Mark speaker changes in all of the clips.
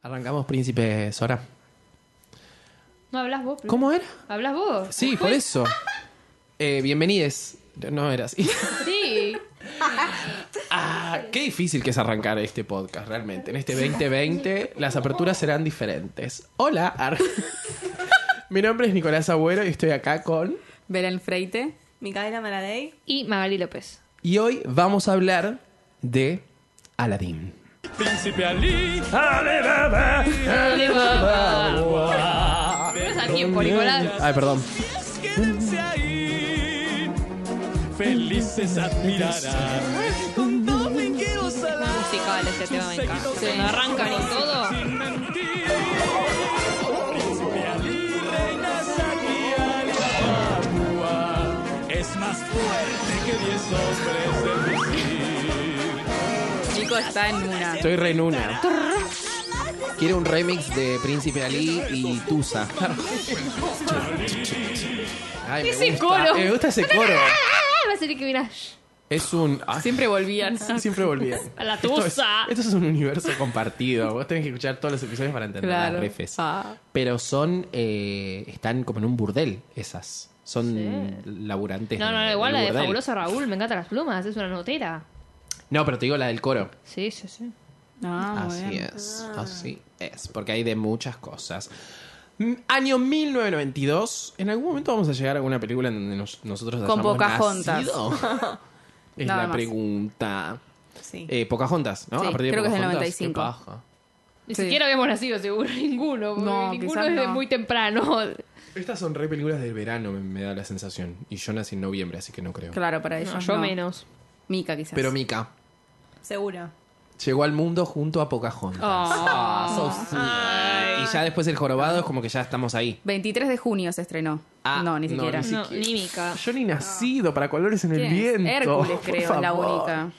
Speaker 1: Arrancamos Príncipe Sora.
Speaker 2: No hablas vos. Plu.
Speaker 1: ¿Cómo era?
Speaker 2: ¿Hablas vos?
Speaker 1: Sí, por eso. Eh, bienvenides. No era así.
Speaker 2: Sí.
Speaker 1: Ah, qué difícil que es arrancar este podcast, realmente. En este 2020 las aperturas serán diferentes. Hola. Ar- Mi nombre es Nicolás Agüero y estoy acá con...
Speaker 3: Belén Freite.
Speaker 4: Micaela Maradei.
Speaker 2: Y Magali López.
Speaker 1: Y hoy vamos a hablar de Aladdin.
Speaker 5: Príncipe Ali,
Speaker 2: No es a tiempo, Nicolás.
Speaker 1: Ay, perdón.
Speaker 5: quédense ahí. Felices admirarán.
Speaker 2: Musical este tema, me encanta. Cuando arrancan y todo.
Speaker 5: Sin mentir. Príncipe Ali, reina Saki Ali Babua. Es más fuerte que diez hombres de misil.
Speaker 3: Chico está en una.
Speaker 1: Estoy re en una. Quiero un remix de Príncipe Ali y Tusa. Ay, me
Speaker 2: Ese
Speaker 1: gusta. Eh,
Speaker 2: coro.
Speaker 1: Me gusta ese coro.
Speaker 2: Ah, Va a ser que mira
Speaker 1: Es un... ah,
Speaker 3: Siempre volvían.
Speaker 1: Siempre volvían.
Speaker 2: A la
Speaker 1: Esto es-
Speaker 2: tusa.
Speaker 1: Esto es, un universo compartido. Vos tenés que escuchar todos los episodios para entender
Speaker 3: Claro.
Speaker 1: las refes.
Speaker 3: Ah.
Speaker 1: Pero son. eh, están como en un burdel, esas. Son laburantes.
Speaker 2: No, no,
Speaker 1: del
Speaker 2: no, igual la de
Speaker 1: burdel.
Speaker 2: Fabuloso Raúl, me encantan las plumas, es una notera.
Speaker 1: No, pero te digo la del coro.
Speaker 2: Sí, sí, sí.
Speaker 3: Ah, muy
Speaker 1: así
Speaker 3: bien.
Speaker 1: es. Así es. Porque hay de muchas cosas. Mm, Año 1992. En algún momento vamos a llegar a alguna película en donde nos- nosotros
Speaker 3: Con
Speaker 1: hayamos
Speaker 3: Pocahontas.
Speaker 1: nacido. es
Speaker 3: Nada
Speaker 1: la
Speaker 3: más.
Speaker 1: pregunta.
Speaker 4: Sí.
Speaker 1: Eh, Pocahontas, ¿no?
Speaker 3: Sí,
Speaker 1: A partir de
Speaker 3: creo que es del
Speaker 1: Pocahontas, qué
Speaker 3: 95.
Speaker 1: paja.
Speaker 2: Ni
Speaker 3: Sí.
Speaker 2: siquiera habíamos nacido, seguro, ninguno. porque
Speaker 3: No,
Speaker 2: ninguno
Speaker 3: quizás
Speaker 2: es de
Speaker 3: no.
Speaker 2: muy temprano.
Speaker 1: Estas son re películas del verano, me, me da la sensación. Y yo nací en noviembre, así que no creo.
Speaker 3: Claro, para ellos.
Speaker 2: No, yo
Speaker 3: no.
Speaker 2: menos.
Speaker 3: Mica, quizás.
Speaker 1: Pero Mika
Speaker 4: Segura.
Speaker 1: llegó al mundo junto a Pocahontas.
Speaker 3: Oh.
Speaker 1: Ah, so sweet. Y ya después el jorobado es como que ya estamos ahí.
Speaker 3: 23 de junio se estrenó.
Speaker 1: Ah,
Speaker 3: no, ni
Speaker 1: no,
Speaker 3: siquiera.
Speaker 1: ni
Speaker 2: No, ni mica.
Speaker 1: Yo ni nacido para colores en el
Speaker 3: ¿Quién?
Speaker 1: viento.
Speaker 3: Hércules,
Speaker 1: por
Speaker 3: creo, la
Speaker 1: favor.
Speaker 3: única.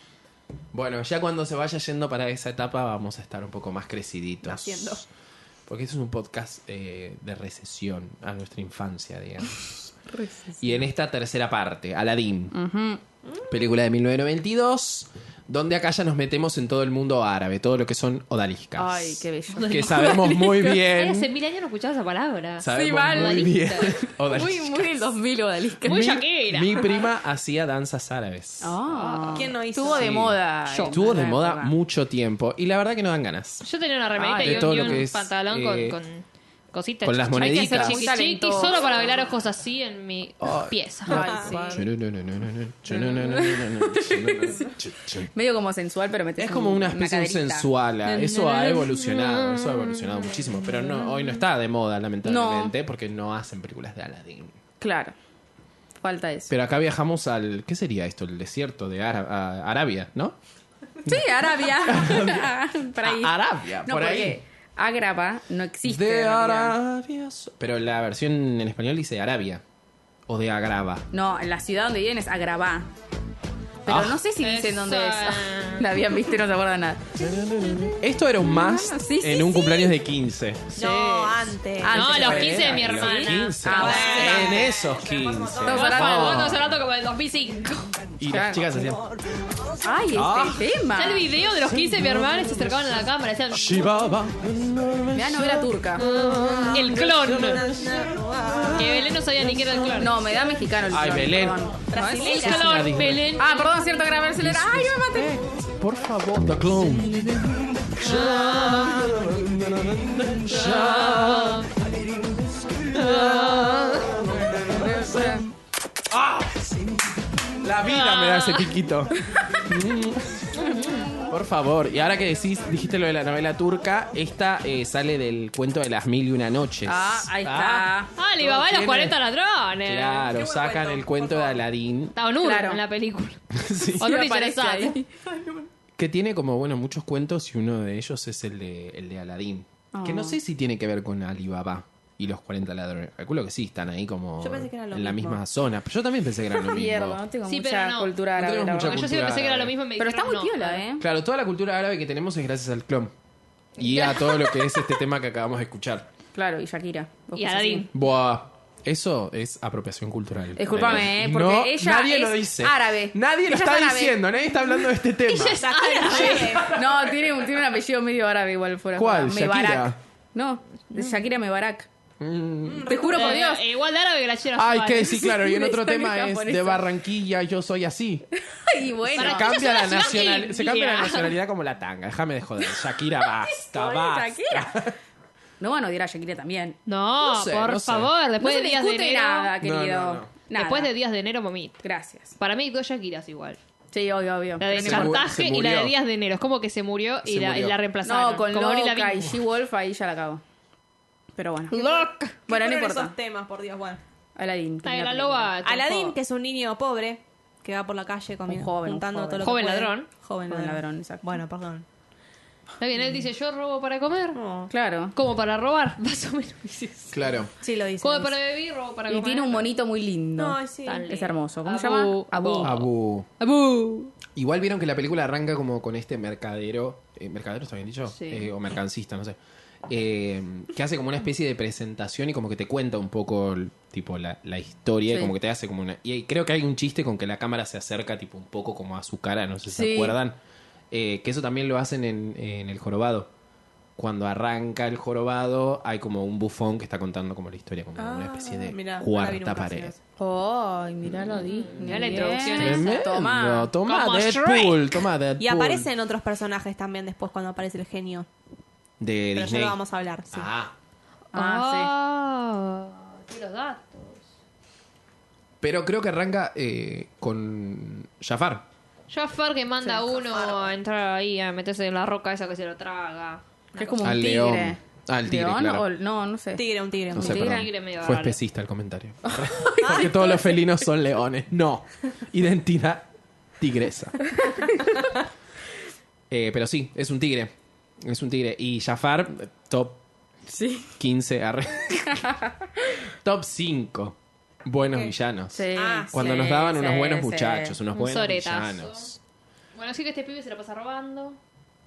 Speaker 1: Bueno, ya cuando se vaya yendo para esa etapa vamos a estar un poco más creciditos.
Speaker 4: Naciendo.
Speaker 1: Porque esto es un podcast eh, de recesión a nuestra infancia, digamos. y en esta tercera parte, Aladdin. Película de 1992, donde acá ya nos metemos en todo el mundo árabe, todo lo que son odaliscas.
Speaker 3: Ay, qué bello.
Speaker 1: Que sabemos muy
Speaker 3: Em.
Speaker 2: Ay, hace
Speaker 1: bien.
Speaker 2: mil años no escuchaba esa palabra.
Speaker 1: Sabemos
Speaker 3: mal,
Speaker 1: muy bien.
Speaker 2: odalisca.
Speaker 1: odaliscas.
Speaker 3: Muy, muy del 2000 odalisca.
Speaker 2: Muy yaquera.
Speaker 1: Mi prima hacía danzas árabes.
Speaker 3: Ah.
Speaker 4: ¿Quién no hizo?
Speaker 3: Estuvo de
Speaker 1: Sí.
Speaker 3: moda. en
Speaker 1: Estuvo de
Speaker 3: una
Speaker 1: moda
Speaker 3: época.
Speaker 1: mucho tiempo y la verdad que no dan ganas.
Speaker 2: Yo tenía una remerita y
Speaker 3: Ay,
Speaker 1: Ah, de
Speaker 2: un,
Speaker 1: todo
Speaker 2: y
Speaker 1: lo
Speaker 2: un
Speaker 1: que es,
Speaker 2: pantalón
Speaker 1: eh,
Speaker 2: con, con cositas.
Speaker 1: con las
Speaker 2: chiquitas.
Speaker 1: moneditas.
Speaker 2: Hay que
Speaker 3: Muy
Speaker 2: ser chiqui chiqui
Speaker 3: talentoso.
Speaker 2: solo para bailar ojos así en mi pieza.
Speaker 3: Ay, sí. Medio como sensual, pero metes
Speaker 1: Es como una
Speaker 3: un-
Speaker 1: especie de
Speaker 3: caderita.
Speaker 1: sensuala. Eso ha evolucionado, eso ha evolucionado muchísimo. Pero no, hoy no está de moda, lamentablemente, porque no hacen películas de Aladdin.
Speaker 3: Claro. Falta eso.
Speaker 1: Pero acá viajamos al. ¿Qué sería esto? El desierto de Ara- a- Arabia, ¿no?
Speaker 3: Sí, Arabia. Ah, por ahí.
Speaker 1: A- Arabia,
Speaker 3: No,
Speaker 1: por ahí.
Speaker 3: porque Agrapa no existe.
Speaker 1: De
Speaker 3: en realidad.
Speaker 1: Arabia. so- Pero la versión en español dice Arabia. O de Agrava.
Speaker 3: No, en la ciudad donde viven es Agrabá. Pero
Speaker 1: Ah.
Speaker 3: no sé si dicen
Speaker 2: Esa.
Speaker 3: dónde es. la habían visto y no se acuerdan nada.
Speaker 1: Esto era un más
Speaker 3: Ah, sí, sí,
Speaker 1: en un
Speaker 3: sí.
Speaker 1: cumpleaños de 15.
Speaker 4: No, antes.
Speaker 3: Ah,
Speaker 2: No,
Speaker 3: antes
Speaker 2: los
Speaker 3: se
Speaker 2: 15 de mi
Speaker 1: Los
Speaker 2: hermana.
Speaker 1: 15.
Speaker 3: Ah,
Speaker 1: En
Speaker 3: bueno.
Speaker 1: esos 15.
Speaker 2: Vos
Speaker 3: Estamos hablando-
Speaker 1: Oh.
Speaker 2: vos estás hablando como del 2005.
Speaker 1: Y las chicas hacían.
Speaker 3: Ay, este
Speaker 1: Ah.
Speaker 3: tema.
Speaker 2: Está el video de los 15 de mi hermana y se acercaban a la cámara. Decían,
Speaker 1: Shibaba.
Speaker 3: Mirá, novela turca.
Speaker 2: el clon. Que Belén no sabía ni que era el clon.
Speaker 3: No, me da mexicano el
Speaker 1: Ay,
Speaker 3: clon,
Speaker 1: Belén.
Speaker 3: perdón.
Speaker 2: el
Speaker 4: Brasileira.
Speaker 2: clon, Belén.
Speaker 3: Ah, perdón, cierto, grabé el celular. Ay, me maté.
Speaker 1: Por favor. The Clone. La vida me da
Speaker 3: Ah.
Speaker 1: ese piquito. Por favor, y ahora que decís, dijiste lo de la novela turca, esta eh, sale del cuento de las mil y una noches.
Speaker 3: Ah, ahí está.
Speaker 2: Ah, le iba a los
Speaker 1: Tiene-
Speaker 2: 40 ladrones.
Speaker 1: Claro, sacan el cuento de Aladín.
Speaker 2: Estaba Nur
Speaker 3: Claro.
Speaker 2: en la película.
Speaker 1: Sí.
Speaker 2: O Nur y
Speaker 3: aparece
Speaker 2: Sherazade.
Speaker 3: ahí.
Speaker 1: Que tiene como, bueno, muchos cuentos y uno de ellos es el de, el de Aladín. Que
Speaker 3: Oh.
Speaker 1: no sé si tiene que ver con Alibaba y los 40 ladrones. Calculo que sí, están ahí como
Speaker 4: Yo pensé que era lo
Speaker 1: en la
Speaker 4: mismo.
Speaker 1: misma zona. Pero yo también pensé que era lo
Speaker 3: Pierdo, no
Speaker 1: mismo.
Speaker 3: tengo
Speaker 2: Sí,
Speaker 3: mucha
Speaker 2: pero no.
Speaker 3: cultura
Speaker 1: No
Speaker 3: árabe,
Speaker 1: tenemos
Speaker 3: la
Speaker 1: mucha
Speaker 2: Porque Ah,
Speaker 3: verdad.
Speaker 2: yo siempre
Speaker 1: cultura
Speaker 2: pensé que era lo
Speaker 1: árabe.
Speaker 2: mismo. y me
Speaker 3: Pero está
Speaker 2: dijeron
Speaker 3: muy
Speaker 2: no.
Speaker 3: piola, ¿eh?
Speaker 1: Claro, toda la cultura árabe que tenemos es gracias al clon. Y a todo lo que es este tema que acabamos de escuchar.
Speaker 3: Claro, y Shakira. Vos
Speaker 2: Y
Speaker 3: cosas así.
Speaker 2: Aladdin.
Speaker 1: Buah. Eso es apropiación cultural.
Speaker 3: Discúlpame,
Speaker 1: Nadie-
Speaker 3: eh, porque ella
Speaker 1: nadie
Speaker 3: es
Speaker 1: lo dice.
Speaker 3: árabe.
Speaker 1: Nadie lo
Speaker 3: Ella es
Speaker 1: está
Speaker 3: árabe.
Speaker 1: diciendo, nadie está hablando de este tema.
Speaker 2: Ella es
Speaker 4: Shakira.
Speaker 3: No, tiene un, tiene un apellido medio árabe igual fuera.
Speaker 1: ¿Cuál?
Speaker 3: joda. Mebarak.
Speaker 1: ¿Shakira?
Speaker 3: No, de Shakira Mebarak.
Speaker 1: Mm.
Speaker 3: Te juro por
Speaker 2: Eh,
Speaker 3: Dios.
Speaker 2: eh, igual de árabe que la chera
Speaker 1: Ay,
Speaker 2: Suárez.
Speaker 1: que decir, claro. Y en
Speaker 3: Sí,
Speaker 1: otro
Speaker 3: me sale
Speaker 1: tema es de
Speaker 3: japonesa.
Speaker 1: Barranquilla, yo soy así.
Speaker 3: Y
Speaker 1: Se
Speaker 3: bueno.
Speaker 2: Para-
Speaker 1: cambia,
Speaker 2: yo
Speaker 1: la
Speaker 2: soy así,
Speaker 1: nacional, se cambia la
Speaker 2: tía.
Speaker 1: nacionalidad como la tanga. Déjame de joder. Shakira, basta,
Speaker 3: Pobre
Speaker 1: basta.
Speaker 3: Shakira. No van a odiar a Shakira también.
Speaker 2: No,
Speaker 1: No sé,
Speaker 2: por
Speaker 1: no sé.
Speaker 2: favor. Después
Speaker 3: no se
Speaker 2: de días de
Speaker 3: discute
Speaker 2: enero.
Speaker 3: nada,
Speaker 1: No, no,
Speaker 3: querido.
Speaker 1: no.
Speaker 3: Nada.
Speaker 2: Después de días de enero, momita.
Speaker 3: Gracias.
Speaker 2: Para mí, hay dos Shakiras igual.
Speaker 3: Sí, obvio, obvio.
Speaker 2: La de
Speaker 1: Se mu-
Speaker 2: Chantaje
Speaker 1: se
Speaker 2: y la de
Speaker 1: murió.
Speaker 2: Días de Enero. Es como que se murió y,
Speaker 1: Se
Speaker 2: la, y
Speaker 1: murió.
Speaker 2: la reemplazaron.
Speaker 3: No, con
Speaker 2: Como Avril
Speaker 3: Loca y
Speaker 2: Lavigne.
Speaker 3: She-Wolf ahí ya la cago. Pero bueno.
Speaker 2: Loca.
Speaker 3: Bueno, no
Speaker 4: Fueron
Speaker 3: importa.
Speaker 4: esos temas, por Dios, bueno.
Speaker 3: Aladdin.
Speaker 2: este? La de
Speaker 3: primera
Speaker 2: la
Speaker 3: película.
Speaker 2: loba.
Speaker 4: Aladín, que es un niño pobre que va por la calle comiendo,
Speaker 3: joven, un
Speaker 4: juntando
Speaker 3: joven.
Speaker 4: todo lo
Speaker 2: Joven
Speaker 4: que puede.
Speaker 2: ladrón.
Speaker 3: Joven
Speaker 4: Joven ladrón.
Speaker 3: ladrón, exacto.
Speaker 4: Bueno, perdón.
Speaker 2: Está bien, él dice: Yo robo para comer.
Speaker 4: No.
Speaker 3: Claro.
Speaker 2: Como para robar, más o menos. dice eso.
Speaker 1: Claro.
Speaker 4: Sí, lo dice.
Speaker 2: Como
Speaker 4: lo
Speaker 2: para
Speaker 4: dice.
Speaker 2: beber, robo para
Speaker 3: Y
Speaker 2: comer.
Speaker 3: tiene un monito muy lindo.
Speaker 4: No, sí.
Speaker 2: Tan
Speaker 3: Es
Speaker 2: lindo.
Speaker 3: hermoso. ¿Cómo se
Speaker 2: Abu.
Speaker 3: llama? Abu.
Speaker 1: Abu.
Speaker 2: Abu.
Speaker 1: Igual vieron que la película arranca como con este mercadero. eh, ¿Mercadero está bien dicho?
Speaker 2: Sí.
Speaker 1: Eh, o mercancista, no sé. Eh, que hace como una especie de presentación y como que te cuenta un poco el- tipo la, la historia y
Speaker 3: Sí.
Speaker 1: como que te hace como una. Y creo que hay un chiste con que la cámara se acerca tipo un poco como a su cara, no sé si se
Speaker 3: Sí.
Speaker 1: acuerdan. Eh, que eso también lo hacen en, en el jorobado. Cuando arranca el jorobado, hay como un bufón que está contando como la historia, como una especie de
Speaker 4: Ah, mirá, no la vi
Speaker 1: cuarta
Speaker 4: nunca,
Speaker 1: pared.
Speaker 4: señores.
Speaker 3: Ay, mirá lo di.
Speaker 2: Mm. Mirá la introducción
Speaker 1: Tremendo.
Speaker 3: Toma.
Speaker 1: Toma
Speaker 2: Como
Speaker 1: Deadpool, toma Deadpool.
Speaker 4: Y aparecen otros personajes también después cuando aparece el genio.
Speaker 1: de
Speaker 4: Pero ya
Speaker 1: Disney.
Speaker 4: lo vamos a hablar. Sí.
Speaker 1: Ah,
Speaker 3: Ah,
Speaker 2: Ah, sí. los datos.
Speaker 1: pero creo que arranca eh, con Jafar.
Speaker 2: Jafar que manda a uno a entrar ahí, a meterse en la roca esa que se lo traga.
Speaker 3: sí. Que es como un
Speaker 1: Al
Speaker 3: tigre.
Speaker 1: león. Ah, al tigre,
Speaker 3: ¿León
Speaker 1: claro.
Speaker 3: o- no, no sé.
Speaker 4: Tigre, un tigre.
Speaker 1: No
Speaker 4: un
Speaker 1: sé,
Speaker 4: tigre.
Speaker 1: perdón.
Speaker 2: tigre medio
Speaker 1: Fue
Speaker 2: raro.
Speaker 1: especista el comentario. Porque todos los felinos son leones. No. Identidad tigresa. Eh, pero sí, es un tigre. Es un tigre. Y Jafar, top
Speaker 3: Sí.
Speaker 1: 15. arre. top 5. Buenos villanos.
Speaker 3: Sí,
Speaker 4: Ah,
Speaker 1: Cuando
Speaker 3: sí,
Speaker 1: nos daban
Speaker 3: sí,
Speaker 1: unos buenos
Speaker 3: sí.
Speaker 1: muchachos, unos
Speaker 2: Un
Speaker 1: buenos
Speaker 2: soretazo.
Speaker 1: villanos.
Speaker 2: Bueno, sí que este pibe se la pasa robando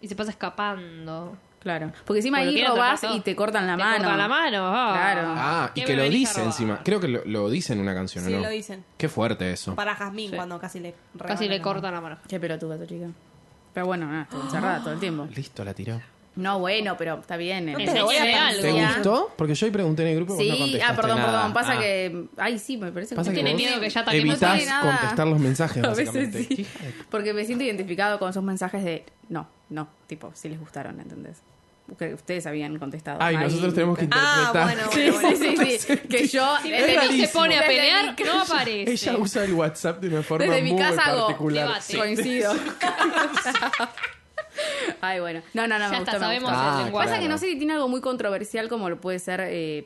Speaker 2: y se pasa escapando.
Speaker 3: Claro. Porque encima
Speaker 2: Porque
Speaker 3: ahí
Speaker 2: quieren
Speaker 3: robás
Speaker 2: atrapar todo.
Speaker 3: y te cortan la
Speaker 2: Te
Speaker 3: mano.
Speaker 2: cortan la mano. ah.
Speaker 3: Claro.
Speaker 1: Ah, y
Speaker 2: ¿Qué
Speaker 1: que
Speaker 2: me
Speaker 1: lo
Speaker 2: venís a
Speaker 1: dice
Speaker 2: robar?
Speaker 1: encima. Creo que lo, lo dice en una canción, ¿o
Speaker 4: Sí,
Speaker 1: no?
Speaker 4: lo dicen.
Speaker 1: Qué fuerte eso.
Speaker 4: Para Jazmín cuando casi le
Speaker 2: Casi le
Speaker 4: corta
Speaker 2: cortan la mano.
Speaker 3: Qué pelotuda tu chica. Pero bueno, nada, estuvo encerrada todo el tiempo.
Speaker 1: Listo, la tiró.
Speaker 3: No, bueno, pero está bien.
Speaker 4: No
Speaker 3: eh.
Speaker 4: te lo voy a
Speaker 2: Enseñale
Speaker 4: pensar.
Speaker 2: algo.
Speaker 1: ¿Te
Speaker 3: Ya.
Speaker 1: gustó? Porque yo hoy pregunté en el grupo y vos no
Speaker 3: Sí, ah,
Speaker 1: contestaste
Speaker 3: perdón,
Speaker 1: nada.
Speaker 3: perdón. Pasa
Speaker 1: Ah,
Speaker 3: que. Ay, sí, me parece
Speaker 1: pasa
Speaker 3: que.
Speaker 1: que
Speaker 2: Tiene
Speaker 1: vos
Speaker 2: miedo que ya ataquemos.
Speaker 3: No
Speaker 1: evitás
Speaker 3: tiene nada.
Speaker 1: contestar los mensajes,
Speaker 3: A veces
Speaker 1: básicamente.
Speaker 3: sí. Porque me siento identificado con esos mensajes de no, no, tipo, si les gustaron, ¿entendés? Que ustedes habían contestado.
Speaker 1: Ay, nosotros tenemos que
Speaker 3: nunca-
Speaker 4: Ah,
Speaker 1: interpretar.
Speaker 4: bueno,
Speaker 3: Sí,
Speaker 4: bueno, bueno.
Speaker 3: sí, sí, sí. Que yo.
Speaker 2: Si
Speaker 3: desde
Speaker 2: Benito se
Speaker 1: rarísimo.
Speaker 2: pone a
Speaker 3: Desde
Speaker 2: pelear,
Speaker 3: mi-
Speaker 2: no aparece.
Speaker 1: Ella usa el WhatsApp de una forma
Speaker 3: Desde mi
Speaker 1: muy
Speaker 3: casa hago
Speaker 1: particular.
Speaker 2: debate. Sí.
Speaker 3: Coincido. Ay, bueno. No, no, no, me
Speaker 2: ya
Speaker 3: gustó,
Speaker 2: está,
Speaker 3: me
Speaker 2: sabemos
Speaker 3: gustó.
Speaker 1: gusta. Ah,
Speaker 2: el lenguaje.
Speaker 3: Pasa que
Speaker 1: Claro.
Speaker 3: no sé si tiene algo muy controversial como lo puede ser eh,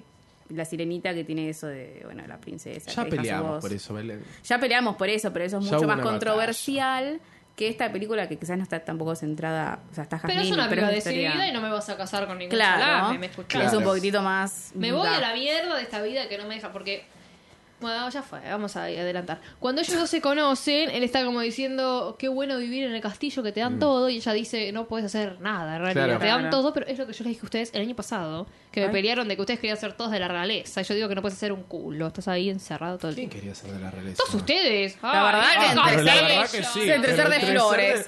Speaker 3: la sirenita que tiene eso de, bueno, la princesa.
Speaker 1: Ya
Speaker 3: que deja su voz.
Speaker 1: peleamos por eso, Belén.
Speaker 3: Ya peleamos por eso, pero eso es
Speaker 1: Ya
Speaker 3: mucho
Speaker 1: hubo
Speaker 3: más
Speaker 1: una
Speaker 3: controversial que esta película que quizás no está tampoco centrada, o sea, está
Speaker 2: Pero es
Speaker 3: Jasmine,
Speaker 2: una
Speaker 3: pero
Speaker 2: piba
Speaker 3: es una historia-
Speaker 2: decidida y no me vas a casar con ningún
Speaker 3: Claro,
Speaker 2: salame, ¿me escuchás?
Speaker 1: Claro.
Speaker 3: es un poquitito más...
Speaker 2: Me voy
Speaker 3: da.
Speaker 2: a la mierda de esta vida que no me deja, porque. Bueno, ya fue, vamos a adelantar. Cuando ellos dos se conocen, él está como diciendo, qué bueno vivir en el castillo, que te dan todo, y ella dice, no puedes hacer nada, en realidad.
Speaker 1: Mm. Claro.
Speaker 2: Te dan
Speaker 3: Claro.
Speaker 2: todo, pero es lo que yo les dije a ustedes el año pasado, que me pelearon de que ustedes querían ser todos de la realeza. Y Yo digo que no puedes hacer un culo, estás ahí encerrado todo el
Speaker 1: ¿Quién
Speaker 2: tiempo.
Speaker 1: quería ser de la realeza?
Speaker 2: Todos ustedes.
Speaker 3: La
Speaker 2: Ay,
Speaker 3: verdad que
Speaker 2: no,
Speaker 3: entre
Speaker 1: Pero la
Speaker 2: sí.
Speaker 1: verdad que sí.
Speaker 3: Entre ser
Speaker 1: pero
Speaker 3: de
Speaker 1: entre
Speaker 3: flores.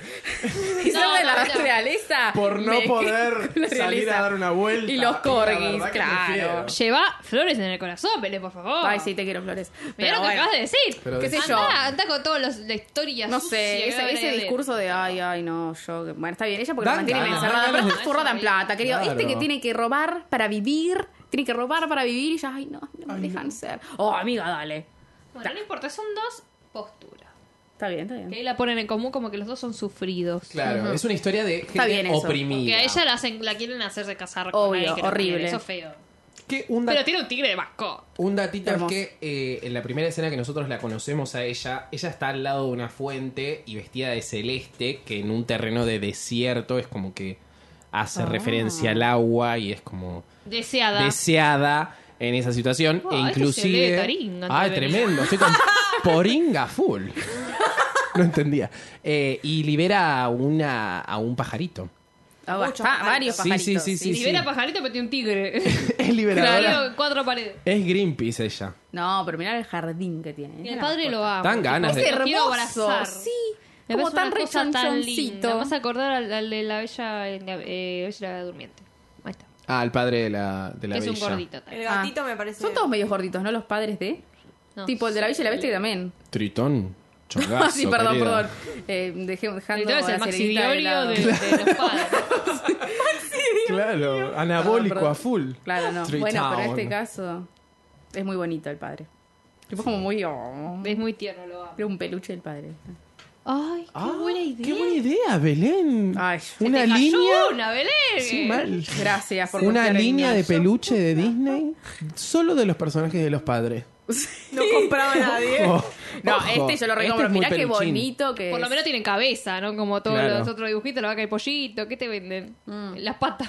Speaker 3: Y ser
Speaker 2: No,
Speaker 3: de la
Speaker 2: no, no.
Speaker 3: realeza.
Speaker 1: Por no
Speaker 3: me-
Speaker 1: poder
Speaker 3: la
Speaker 1: salir
Speaker 3: realeza.
Speaker 1: a dar una vuelta.
Speaker 3: Y los
Speaker 1: La
Speaker 3: corgis,
Speaker 1: verdad que
Speaker 3: claro.
Speaker 1: prefiero.
Speaker 2: Lleva flores en el corazón, Belén, por favor.
Speaker 3: Ay, sí, te quiero flores.
Speaker 2: Oh. Mirá
Speaker 3: Pero
Speaker 2: lo que
Speaker 3: bueno.
Speaker 2: acabas de decir.
Speaker 1: Pero
Speaker 3: ¿Qué sé
Speaker 1: decime.
Speaker 3: yo?
Speaker 2: Andá, andá con toda la historia
Speaker 3: No
Speaker 2: sucia
Speaker 3: sé,
Speaker 2: que va a
Speaker 3: ese,
Speaker 2: haber ahí
Speaker 3: ese
Speaker 2: adentro.
Speaker 3: discurso de ay, ay, no, yo. que-". Bueno, está bien, ella
Speaker 1: Dan
Speaker 3: porque la
Speaker 2: Ah,
Speaker 3: mantienen
Speaker 1: ganas,
Speaker 3: encerrada.
Speaker 1: dan
Speaker 3: Pero
Speaker 1: ganas.
Speaker 3: estos forros dan plata, querido.
Speaker 1: Claro.
Speaker 3: Este que tiene que robar para vivir, tiene que robar para vivir y ya, ay, no, no me dejan ser. Oh, amiga, dale.
Speaker 2: Bueno, no importa, son dos posturas.
Speaker 3: Está bien, está bien.
Speaker 2: Que ahí la ponen en común como que los dos son sufridos.
Speaker 1: Claro, es una historia de gente
Speaker 3: bien eso.
Speaker 1: oprimida.
Speaker 2: Que a ella la, hacen- la quieren hacerse casar con
Speaker 3: Obvio,
Speaker 2: alguien que no
Speaker 3: horrible.
Speaker 2: quiere, Eso es feo.
Speaker 1: Que un dato-
Speaker 2: Pero tiene un tigre de mascot.
Speaker 1: Un datito
Speaker 3: Hermoso.
Speaker 1: es que eh, en la primera escena que nosotros la conocemos a ella, ella está al lado de una fuente y vestida de celeste, que en un terreno de desierto es como que
Speaker 2: Ah.
Speaker 1: hace referencia al agua y es como
Speaker 2: Deseada.
Speaker 1: deseada en esa situación.
Speaker 2: Oh,
Speaker 1: e
Speaker 2: este se lee
Speaker 1: inclusive.
Speaker 2: de Taringa,
Speaker 1: Ay,
Speaker 2: entonces.
Speaker 1: tremendo. Estoy con poringa full. No entendía. Eh, y libera a una, a un pajarito.
Speaker 3: Ah,
Speaker 4: Muchos
Speaker 3: va-
Speaker 4: pajaritos.
Speaker 3: varios
Speaker 1: Sí, sí,
Speaker 3: pajaritos.
Speaker 1: sí, sí.
Speaker 2: Libera pajarito, metí un tigre.
Speaker 1: Es liberadora.
Speaker 2: Claro, cuatro paredes.
Speaker 1: Es Greenpeace ella.
Speaker 3: No, pero mirá el jardín que tiene.
Speaker 2: Y el padre lo ama.
Speaker 1: Dan ganas
Speaker 2: Tipo,
Speaker 1: de-
Speaker 2: lo quiero abrazar.
Speaker 3: Este Sí.
Speaker 2: Me
Speaker 3: como
Speaker 2: parece
Speaker 3: tan
Speaker 2: una cosa tan linda. Me
Speaker 3: rechonchoncito.
Speaker 2: vas a acordar al, al de la bella, eh, la- eh, Bella y la durmiente. Ahí está.
Speaker 1: Ah, el padre de la, de la
Speaker 2: que es un
Speaker 1: bella.
Speaker 2: gordito. tal.
Speaker 4: El gatito me parece.
Speaker 3: Son todos medios gorditos, ¿no? Los padres de.
Speaker 2: No
Speaker 3: Eh, tipo el de la Bella y la Bestia también.
Speaker 1: Tritón.
Speaker 3: Ah,
Speaker 1: Chongazo,
Speaker 3: sí, perdón,
Speaker 1: querida.
Speaker 3: perdón. Eh, dejé dejando
Speaker 2: Entonces
Speaker 3: a
Speaker 2: el
Speaker 3: la sirenita de
Speaker 2: maxilorio
Speaker 3: lado.
Speaker 2: de, de los padres.
Speaker 1: Claro, anabólico
Speaker 3: Perdón, perdón.
Speaker 1: a full.
Speaker 3: Claro, no.
Speaker 1: Street
Speaker 3: bueno, pero en
Speaker 1: Town.
Speaker 3: este caso es muy bonito el padre. Tipo como muy... oh,
Speaker 2: Es muy tierno, lo amo.
Speaker 3: Era un peluche del padre.
Speaker 2: Ay, qué
Speaker 1: Ah,
Speaker 2: buena idea.
Speaker 1: Qué buena idea, Belén.
Speaker 3: Ay,
Speaker 2: Se
Speaker 1: una
Speaker 2: te cayó
Speaker 1: línea.
Speaker 2: una, Belén.
Speaker 1: Sí, mal.
Speaker 3: Gracias por
Speaker 1: Una
Speaker 3: confiar en
Speaker 1: línea
Speaker 3: mí.
Speaker 1: de peluche de Disney solo de los personajes de los padres.
Speaker 4: No compraba a nadie.
Speaker 1: Ojo,
Speaker 3: No,
Speaker 1: ojo.
Speaker 3: este yo lo recomiendo.
Speaker 1: es muy
Speaker 3: Mirá qué
Speaker 1: peluchín.
Speaker 3: bonito que
Speaker 2: Por lo
Speaker 3: es.
Speaker 2: menos tienen cabeza, ¿no? Como todos
Speaker 1: Claro.
Speaker 2: los otros dibujitos, la vaca y el pollito, ¿qué te venden? Las patas.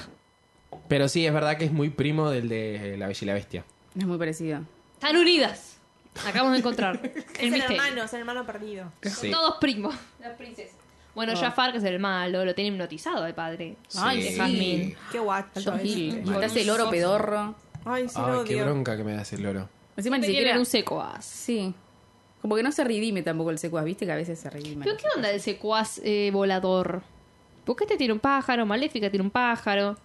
Speaker 1: Pero sí, es verdad que es muy primo del de La Bella y la Bestia.
Speaker 3: Es muy parecido.
Speaker 2: Están unidas. Acabamos de encontrar el
Speaker 4: Es el
Speaker 2: misterio.
Speaker 4: hermano, es el hermano perdido.
Speaker 2: Son
Speaker 1: Sí.
Speaker 2: todos primos. Las princesas. Ah. Bueno, Jafar, que es el malo, lo tiene hipnotizado el padre.
Speaker 3: Ay,
Speaker 1: Sí.
Speaker 3: Jasmine.
Speaker 4: Qué guacho.
Speaker 3: Alto
Speaker 4: es.
Speaker 3: Gil.
Speaker 1: Mal.
Speaker 3: Estás el oro pedorro.
Speaker 4: Ay, sí
Speaker 1: Ay,
Speaker 4: lo
Speaker 1: qué
Speaker 4: odio.
Speaker 1: bronca que me das el loro.
Speaker 3: Encima ni
Speaker 2: Te
Speaker 3: siquiera...
Speaker 2: quieren un secuaz.
Speaker 3: Sí. Como que no se redime tampoco el secuaz, viste que a veces se redime.
Speaker 2: ¿Pero qué onda el secuaz eh, volador? ¿Por qué este tiene un pájaro? Maléfica tiene un pájaro.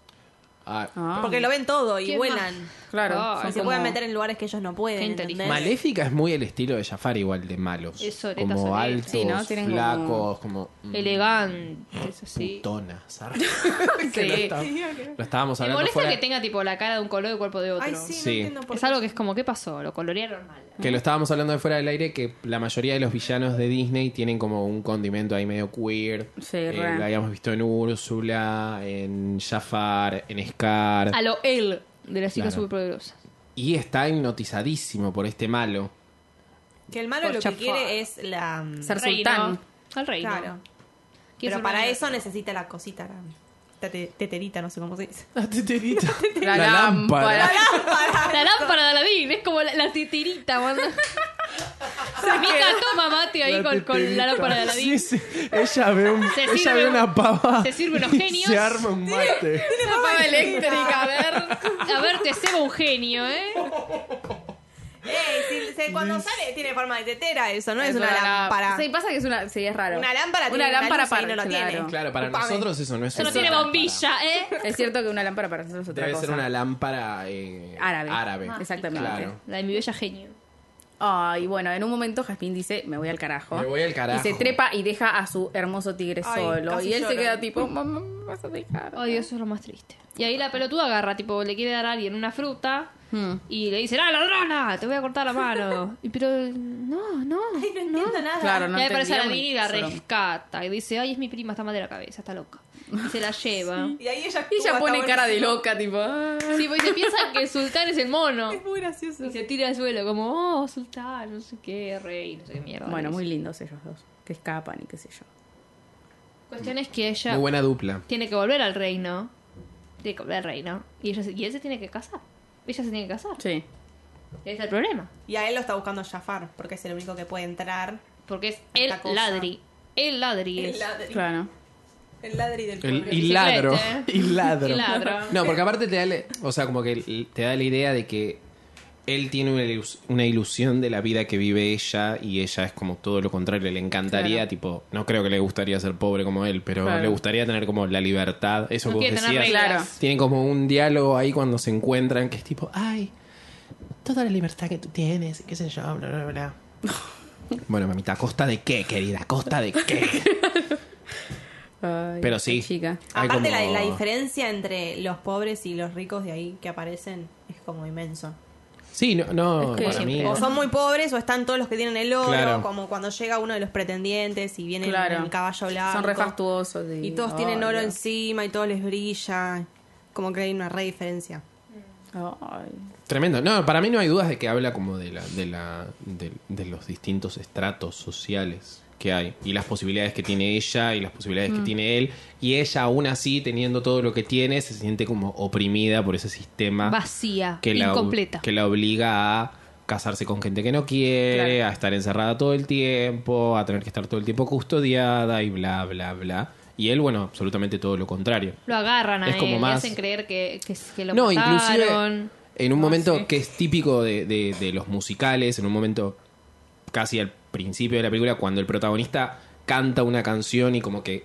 Speaker 1: Ah,
Speaker 3: Ah,
Speaker 4: Porque lo ven todo y
Speaker 2: ¿Quién
Speaker 4: vuelan.
Speaker 3: Claro.
Speaker 2: Ah,
Speaker 4: Y
Speaker 3: son
Speaker 4: se
Speaker 3: como-
Speaker 4: pueden meter en lugares que ellos no pueden.
Speaker 2: Qué inteligente.
Speaker 4: ¿entendés?
Speaker 1: Maléfica es muy el estilo de Jafar, igual de malos.
Speaker 2: Es soreta,
Speaker 1: como
Speaker 2: soreta.
Speaker 1: altos,
Speaker 3: Sí, ¿no? Tienen como-
Speaker 1: flacos, como. mm,
Speaker 2: Elegantes, así.
Speaker 1: putona, ¿sabes?
Speaker 3: Sí.
Speaker 1: Que lo, está- lo estábamos
Speaker 2: Me
Speaker 1: hablando
Speaker 2: molesta
Speaker 1: fuera-
Speaker 2: que tenga tipo la cara de un color y el cuerpo de otro.
Speaker 4: Ay, sí,
Speaker 1: Sí.
Speaker 4: no entiendo por
Speaker 2: Es
Speaker 4: qué.
Speaker 2: algo que es como, ¿qué pasó? Lo colorearon mal.
Speaker 1: Que lo estábamos hablando de fuera del aire, que la mayoría de los villanos de Disney tienen como un condimento ahí medio queer.
Speaker 3: Sí,
Speaker 1: Eh,
Speaker 3: re.
Speaker 1: lo habíamos visto en Úrsula, en Jafar, en Scar.
Speaker 2: A lo él de las chicas
Speaker 1: Claro.
Speaker 2: superpoderosas.
Speaker 1: Y está hipnotizadísimo por este malo.
Speaker 4: Que el malo
Speaker 2: Por
Speaker 4: lo que
Speaker 2: chafar.
Speaker 4: quiere es la. mm,
Speaker 3: Ser
Speaker 2: Reino.
Speaker 3: sultán.
Speaker 2: Al reino.
Speaker 4: Claro.
Speaker 2: Quiere
Speaker 4: Pero
Speaker 2: ser
Speaker 4: para
Speaker 2: rey.
Speaker 4: eso necesita la cosita, la tete- teterita, no sé cómo se dice.
Speaker 1: La teterita.
Speaker 3: La, lámpara.
Speaker 2: La lámpara de Aladín es como la, la titirita, cuando... Se mica toma mate ahí con, con la lámpara de Aladín.
Speaker 1: Sí, sí. Ella ve, un-
Speaker 2: Se
Speaker 1: ella
Speaker 2: sirve
Speaker 1: ve
Speaker 2: un-
Speaker 1: una pava.
Speaker 2: se sirve unos
Speaker 1: y
Speaker 2: genios.
Speaker 1: Se arma un mate.
Speaker 3: La pava eléctrica, a ver.
Speaker 2: A ver, te cebo un genio, ¿eh?
Speaker 4: Ey, si- se- cuando sale tiene forma de tetera eso, no es, una,
Speaker 3: lám-
Speaker 4: lámpara.
Speaker 3: Sí, pasa que es una. Sí, es raro.
Speaker 4: Una lámpara tiene
Speaker 3: Una
Speaker 4: una
Speaker 3: lámpara
Speaker 4: luz y
Speaker 3: para.
Speaker 4: no la
Speaker 3: claro.
Speaker 4: tiene.
Speaker 1: Claro, para
Speaker 4: Ocupame.
Speaker 1: nosotros eso no es
Speaker 2: Eso no
Speaker 1: una
Speaker 2: tiene
Speaker 1: lámpara.
Speaker 2: bombilla, ¿eh?
Speaker 3: Es cierto que una lámpara para nosotros es otra
Speaker 1: Debe
Speaker 3: cosa.
Speaker 1: ser una lámpara eh,
Speaker 3: Árabe.
Speaker 1: árabe.
Speaker 3: Ah, Exactamente.
Speaker 1: Claro.
Speaker 2: La de mi bella genio.
Speaker 3: Ay, bueno, en un momento Jasmine dice, me voy al carajo.
Speaker 1: Me voy al carajo.
Speaker 3: Y se trepa y deja a su hermoso tigre
Speaker 4: Ay,
Speaker 3: solo.
Speaker 4: casi
Speaker 3: Y él se
Speaker 4: lloro.
Speaker 3: queda tipo, mamá, me vas a dejar.
Speaker 2: Ay, eso es lo más triste. Y ahí la pelotuda agarra, tipo, le quiere dar a alguien una fruta
Speaker 3: Hmm.
Speaker 2: y le dice, ¡ah, ladrona! Te voy a cortar la mano. Y pero, no, no.
Speaker 4: No entiendo nada.
Speaker 3: Claro, no
Speaker 2: y ahí aparece
Speaker 3: entendía
Speaker 2: la y la
Speaker 3: solo.
Speaker 2: rescata. Y dice, ay, es mi prima, está mal de la cabeza, está loca. Y se la lleva.
Speaker 4: Y ahí ella
Speaker 3: Y
Speaker 4: actúa,
Speaker 3: ella
Speaker 4: está
Speaker 3: pone cara de
Speaker 4: buenísimo.
Speaker 3: loca, tipo, "Ah".
Speaker 2: Sí, pues se piensa que el sultán es el mono.
Speaker 4: Es muy gracioso.
Speaker 2: Y se tira al suelo como, oh, sultán, no sé qué, rey, no sé qué mierda.
Speaker 3: Bueno,
Speaker 2: Le
Speaker 3: muy
Speaker 2: dice.
Speaker 3: lindos ellos dos. Que escapan y qué sé yo.
Speaker 2: Cuestión es que ella
Speaker 1: Muy buena dupla.
Speaker 2: tiene que volver al reino. Tiene que volver al reino. Y, ella se- y él se tiene que casar. Ella se tiene que casar.
Speaker 3: Sí.
Speaker 2: Ese es el problema.
Speaker 4: Y a él lo está buscando Jafar, porque es el único que puede entrar.
Speaker 2: Porque es el
Speaker 4: cosa.
Speaker 2: ladri. El ladri es.
Speaker 4: El ladri.
Speaker 3: Claro.
Speaker 4: El ladri del pueblo.
Speaker 1: El, y ladro.
Speaker 2: bicicleta, ¿eh?
Speaker 1: Y ladro.
Speaker 2: Y ladro.
Speaker 1: No, porque aparte te da, la- o sea, como que te da la idea de que él tiene una, ilus- una ilusión de la vida que vive ella y ella es como todo lo contrario. Le encantaría,
Speaker 3: Claro.
Speaker 1: tipo, no creo que le gustaría ser pobre como él, pero
Speaker 3: Claro.
Speaker 1: le gustaría tener como la libertad. Eso
Speaker 2: No
Speaker 1: que vos
Speaker 2: quiere tener
Speaker 1: decías.
Speaker 2: reglas.
Speaker 3: Claro.
Speaker 1: Tienen como un diálogo ahí cuando se encuentran que es tipo, ay, toda la libertad que tú tienes, qué sé yo, bla, bla, bla. bueno, mamita, ¿a costa de qué, querida? ¿A costa de qué?
Speaker 3: Ay,
Speaker 1: Pero
Speaker 3: qué
Speaker 1: sí.
Speaker 3: Chica.
Speaker 1: hay
Speaker 4: Aparte, la,
Speaker 1: como-
Speaker 4: la diferencia entre los pobres y los ricos de ahí que aparecen es como inmenso.
Speaker 1: Sí, no, no
Speaker 3: Es que
Speaker 1: para mí.
Speaker 3: siempre-
Speaker 4: O son muy pobres o están todos los que tienen el oro,
Speaker 1: Claro.
Speaker 4: como cuando llega uno de los pretendientes y viene
Speaker 3: Claro.
Speaker 4: en el caballo blanco.
Speaker 3: Son refactuosos. de-
Speaker 4: Y todos
Speaker 3: Ay,
Speaker 4: tienen oro
Speaker 3: Dios.
Speaker 4: encima y todos les brilla. Como que hay una re diferencia.
Speaker 3: Ay.
Speaker 1: Tremendo. No, para mí no hay dudas de que habla como de, la, de, la, de, de los distintos estratos sociales que hay y las posibilidades que tiene ella y las posibilidades que tiene él. Y ella, aún así, teniendo todo lo que tiene, se siente como oprimida por ese sistema
Speaker 2: Vacía,
Speaker 1: que la,
Speaker 2: incompleta.
Speaker 1: que la obliga a casarse con gente que no quiere, a estar encerrada todo el tiempo, a tener que estar todo el tiempo custodiada y bla, bla, bla. Y él, bueno, absolutamente todo lo contrario.
Speaker 2: Lo agarran a
Speaker 1: Es
Speaker 2: él,
Speaker 1: como
Speaker 2: le
Speaker 1: más-
Speaker 2: hacen creer que, que, que lo
Speaker 1: No, inclusive
Speaker 2: mataron.
Speaker 1: en un momento
Speaker 3: sí.
Speaker 1: que es típico de, de- de los musicales, en un momento casi al principio de la película, cuando el protagonista canta una canción y como que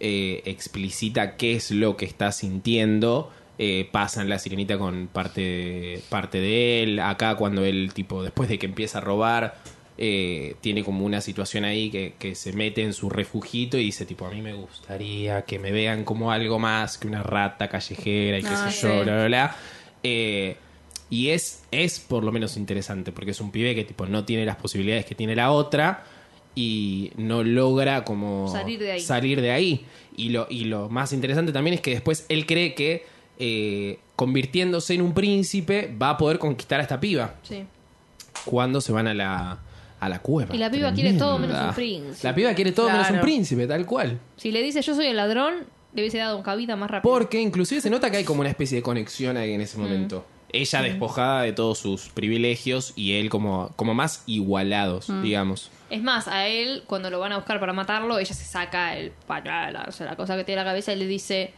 Speaker 1: eh, explicita qué es lo que está sintiendo, eh, pasan la sirenita con parte de, parte de él, acá cuando él tipo, después de que empieza a robar, eh, tiene como una situación ahí que, que se mete en su refugito y dice tipo, a mí me gustaría que me vean como algo más que una rata callejera y qué
Speaker 3: Ah,
Speaker 1: sé
Speaker 3: sí.
Speaker 1: yo, bla, bla, bla. Eh, y es, es por lo menos interesante, porque es un pibe que tipo no tiene las posibilidades que tiene la otra y no logra como
Speaker 2: Salir de ahí.
Speaker 1: salir de ahí. Y lo, y lo más interesante también es que después él cree que eh, convirtiéndose en un príncipe va a poder conquistar a esta piba
Speaker 2: Sí.
Speaker 1: cuando se van a la, a la cueva.
Speaker 2: Y la piba quiere todo menos un príncipe.
Speaker 1: Ah, La piba quiere todo menos un
Speaker 3: Claro.
Speaker 1: príncipe, tal cual.
Speaker 2: Si le dice yo soy el ladrón, le hubiese dado un cabida más rápido.
Speaker 1: Porque inclusive se nota que hay como una especie de conexión ahí en ese momento. Ella despojada de todos sus privilegios y él como, como más igualados, digamos.
Speaker 2: Es más, a él, cuando lo van a buscar para matarlo, ella se saca el pañuelo, o sea, la cosa que tiene en la cabeza y le dice,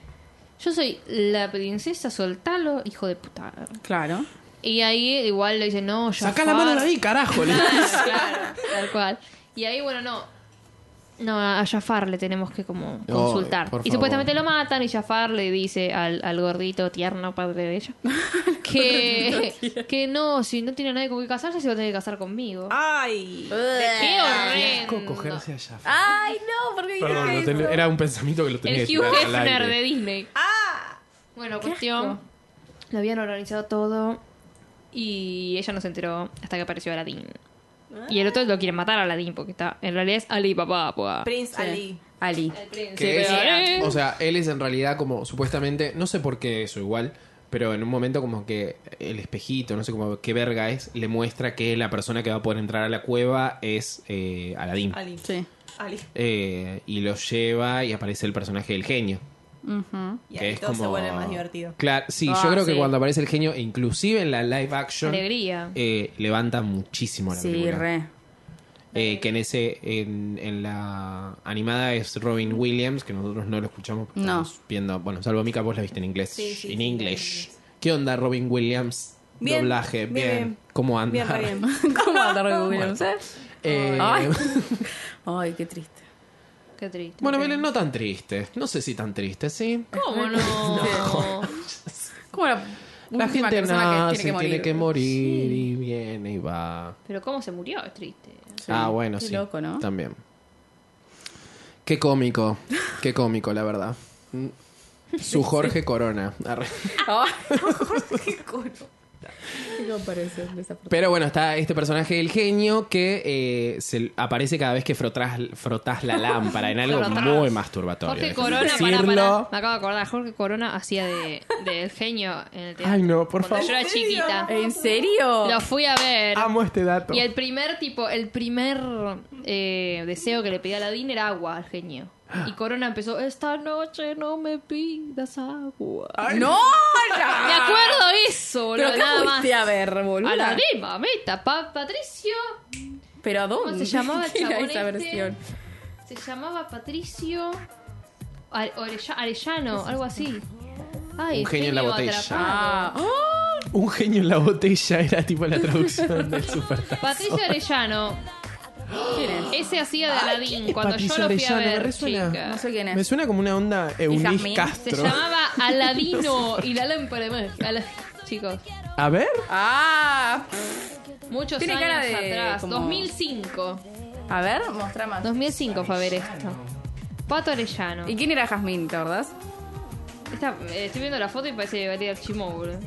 Speaker 2: yo soy la princesa, soltalo, hijo de puta.
Speaker 3: Claro.
Speaker 2: Y ahí igual le dice, no, yo...
Speaker 1: Sacá la mano de ahí, carajo. le-
Speaker 2: Claro, tal cual. Y ahí, bueno, no. No, a Jafar le tenemos que como consultar.
Speaker 1: por
Speaker 2: y
Speaker 1: favor.
Speaker 2: supuestamente lo matan y Jafar le dice al, al gordito tierno padre de ella que, que no, si no tiene nadie con quien casarse, se va a tener que casar conmigo.
Speaker 4: Ah, Ay.
Speaker 2: ¡Qué
Speaker 1: Asco
Speaker 2: horrendo!
Speaker 1: cogerse a Jafar.
Speaker 3: Ay, no, porque
Speaker 1: Perdón, lo ten- era un pensamiento que lo tenía
Speaker 2: El
Speaker 1: que
Speaker 2: Hugh
Speaker 1: tirar al
Speaker 2: Hefner
Speaker 1: aire.
Speaker 2: de Disney.
Speaker 4: Ah.
Speaker 2: Bueno, cuestión. Lo habían organizado todo y ella no se enteró hasta que apareció Aladdin. Y el otro lo quiere matar a Aladdin porque está. En realidad es Ali Papá. Pua.
Speaker 4: Prince Ali.
Speaker 3: Ali.
Speaker 2: El príncipe
Speaker 1: Que es-
Speaker 2: Aladdin.
Speaker 1: o sea, él es en realidad como supuestamente, no sé por qué eso igual, pero en un momento como que el espejito, no sé cómo qué verga es, le muestra que la persona que va a poder entrar a la cueva es eh, Aladín.
Speaker 4: Ali.
Speaker 3: Sí.
Speaker 4: Ali.
Speaker 1: Eh, y lo lleva y aparece el personaje del genio.
Speaker 4: Y
Speaker 1: que
Speaker 4: ahí
Speaker 1: es
Speaker 4: todo
Speaker 1: como...
Speaker 4: se vuelve más divertido.
Speaker 1: Claro, sí,
Speaker 3: Ah,
Speaker 1: yo creo que
Speaker 3: sí.
Speaker 1: cuando aparece el genio, inclusive en la live action,
Speaker 2: Alegría.
Speaker 1: eh, levanta muchísimo la
Speaker 3: Sí,
Speaker 1: película.
Speaker 3: re.
Speaker 1: Eh, que en ese en, en la animada es Robin Williams, que nosotros no lo escuchamos porque
Speaker 3: No.
Speaker 1: estamos viendo, bueno, salvo Mica vos la viste en inglés.
Speaker 4: Sí, sí,
Speaker 1: en
Speaker 4: sí,
Speaker 1: English.
Speaker 4: en inglés.
Speaker 1: ¿Qué onda Robin Williams?
Speaker 4: Bien,
Speaker 1: Doblaje, bien.
Speaker 4: bien, bien.
Speaker 1: ¿Cómo anda?
Speaker 4: Bien, re bien.
Speaker 3: ¿Cómo andar de Williams?
Speaker 1: Eh,
Speaker 3: Ay. Ay, qué triste.
Speaker 2: Qué triste.
Speaker 1: bueno, Belén, no tan triste. No sé si tan triste, ¿sí?
Speaker 2: ¿Cómo no?
Speaker 3: Como la
Speaker 1: La
Speaker 3: última
Speaker 1: gente
Speaker 3: persona
Speaker 1: nace,
Speaker 3: que tiene que morir.
Speaker 1: morir, y viene y va.
Speaker 2: Pero cómo se murió, es triste.
Speaker 3: Sí.
Speaker 1: Ah, bueno,
Speaker 3: Qué
Speaker 1: sí.
Speaker 3: loco, ¿no?
Speaker 1: También. Qué cómico, qué cómico, la verdad. Su Jorge Corona. Arre.
Speaker 3: Qué comparación desafortunada.
Speaker 1: Pero bueno, está este personaje del genio que eh, se aparece cada vez que frotás, frotás la lámpara en algo
Speaker 2: Frotás.
Speaker 1: muy masturbatorio.
Speaker 2: Jorge
Speaker 1: déjame
Speaker 2: Corona, pará,
Speaker 1: decirlo.
Speaker 2: pará. Me acabo de acordar. Jorge Corona hacía de, de El genio en el teatro.
Speaker 1: Ay, no, por
Speaker 2: Cuando
Speaker 1: favor.
Speaker 2: yo era chiquita.
Speaker 3: ¿En serio?
Speaker 2: Lo fui a ver.
Speaker 1: Amo este dato.
Speaker 2: Y el primer tipo, el primer eh, deseo que le pedía a Aladín era agua al genio. Y Corona empezó, esta noche no me pidas agua.
Speaker 3: ¡No! ya.
Speaker 1: Ah.
Speaker 2: Me acuerdo eso, boludo,
Speaker 3: ¿Pero qué
Speaker 2: nada más.
Speaker 3: fuiste a ver,
Speaker 2: A
Speaker 3: boluda?
Speaker 2: la mamita, pa- Patricio.
Speaker 3: ¿Pero a dónde?
Speaker 2: ¿Cómo se llamaba el
Speaker 3: ¿Qué era
Speaker 2: chabón
Speaker 3: esa
Speaker 2: este?
Speaker 3: versión?
Speaker 2: Se llamaba Patricio Are- Orella- Arellano, algo así. Ay,
Speaker 1: Un genio en la botella.
Speaker 2: atrapado.
Speaker 3: Ah,
Speaker 1: Un genio en la botella era tipo la traducción del super.
Speaker 2: Patricio
Speaker 1: Ah.
Speaker 2: Arellano.
Speaker 3: ¿Quién es?
Speaker 2: Ese hacía
Speaker 3: Ah,
Speaker 2: de Aladín cuando
Speaker 1: Patricio
Speaker 2: yo lo fui a
Speaker 1: Arellano? Me
Speaker 2: ver.
Speaker 1: resuena.
Speaker 2: chica.
Speaker 3: No sé quién
Speaker 1: Me
Speaker 3: es.
Speaker 1: suena como una onda Eunice
Speaker 2: Se
Speaker 3: Jazmín.
Speaker 1: Castro.
Speaker 2: llamaba Aladino y la lámpara de magia. Ala- Chicos,
Speaker 1: A ver.
Speaker 3: Ah,
Speaker 2: muchos
Speaker 3: Tiene
Speaker 2: años
Speaker 3: cara de-
Speaker 2: atrás.
Speaker 3: como-
Speaker 2: 2005.
Speaker 3: a ver, mostrá más.
Speaker 2: 2005 fue a ver esto. Pato Arellano.
Speaker 3: ¿Y quién era Jazmín, te acordás?
Speaker 2: Esta- eh, estoy viendo la foto y parece Valeria Archimov, boludo.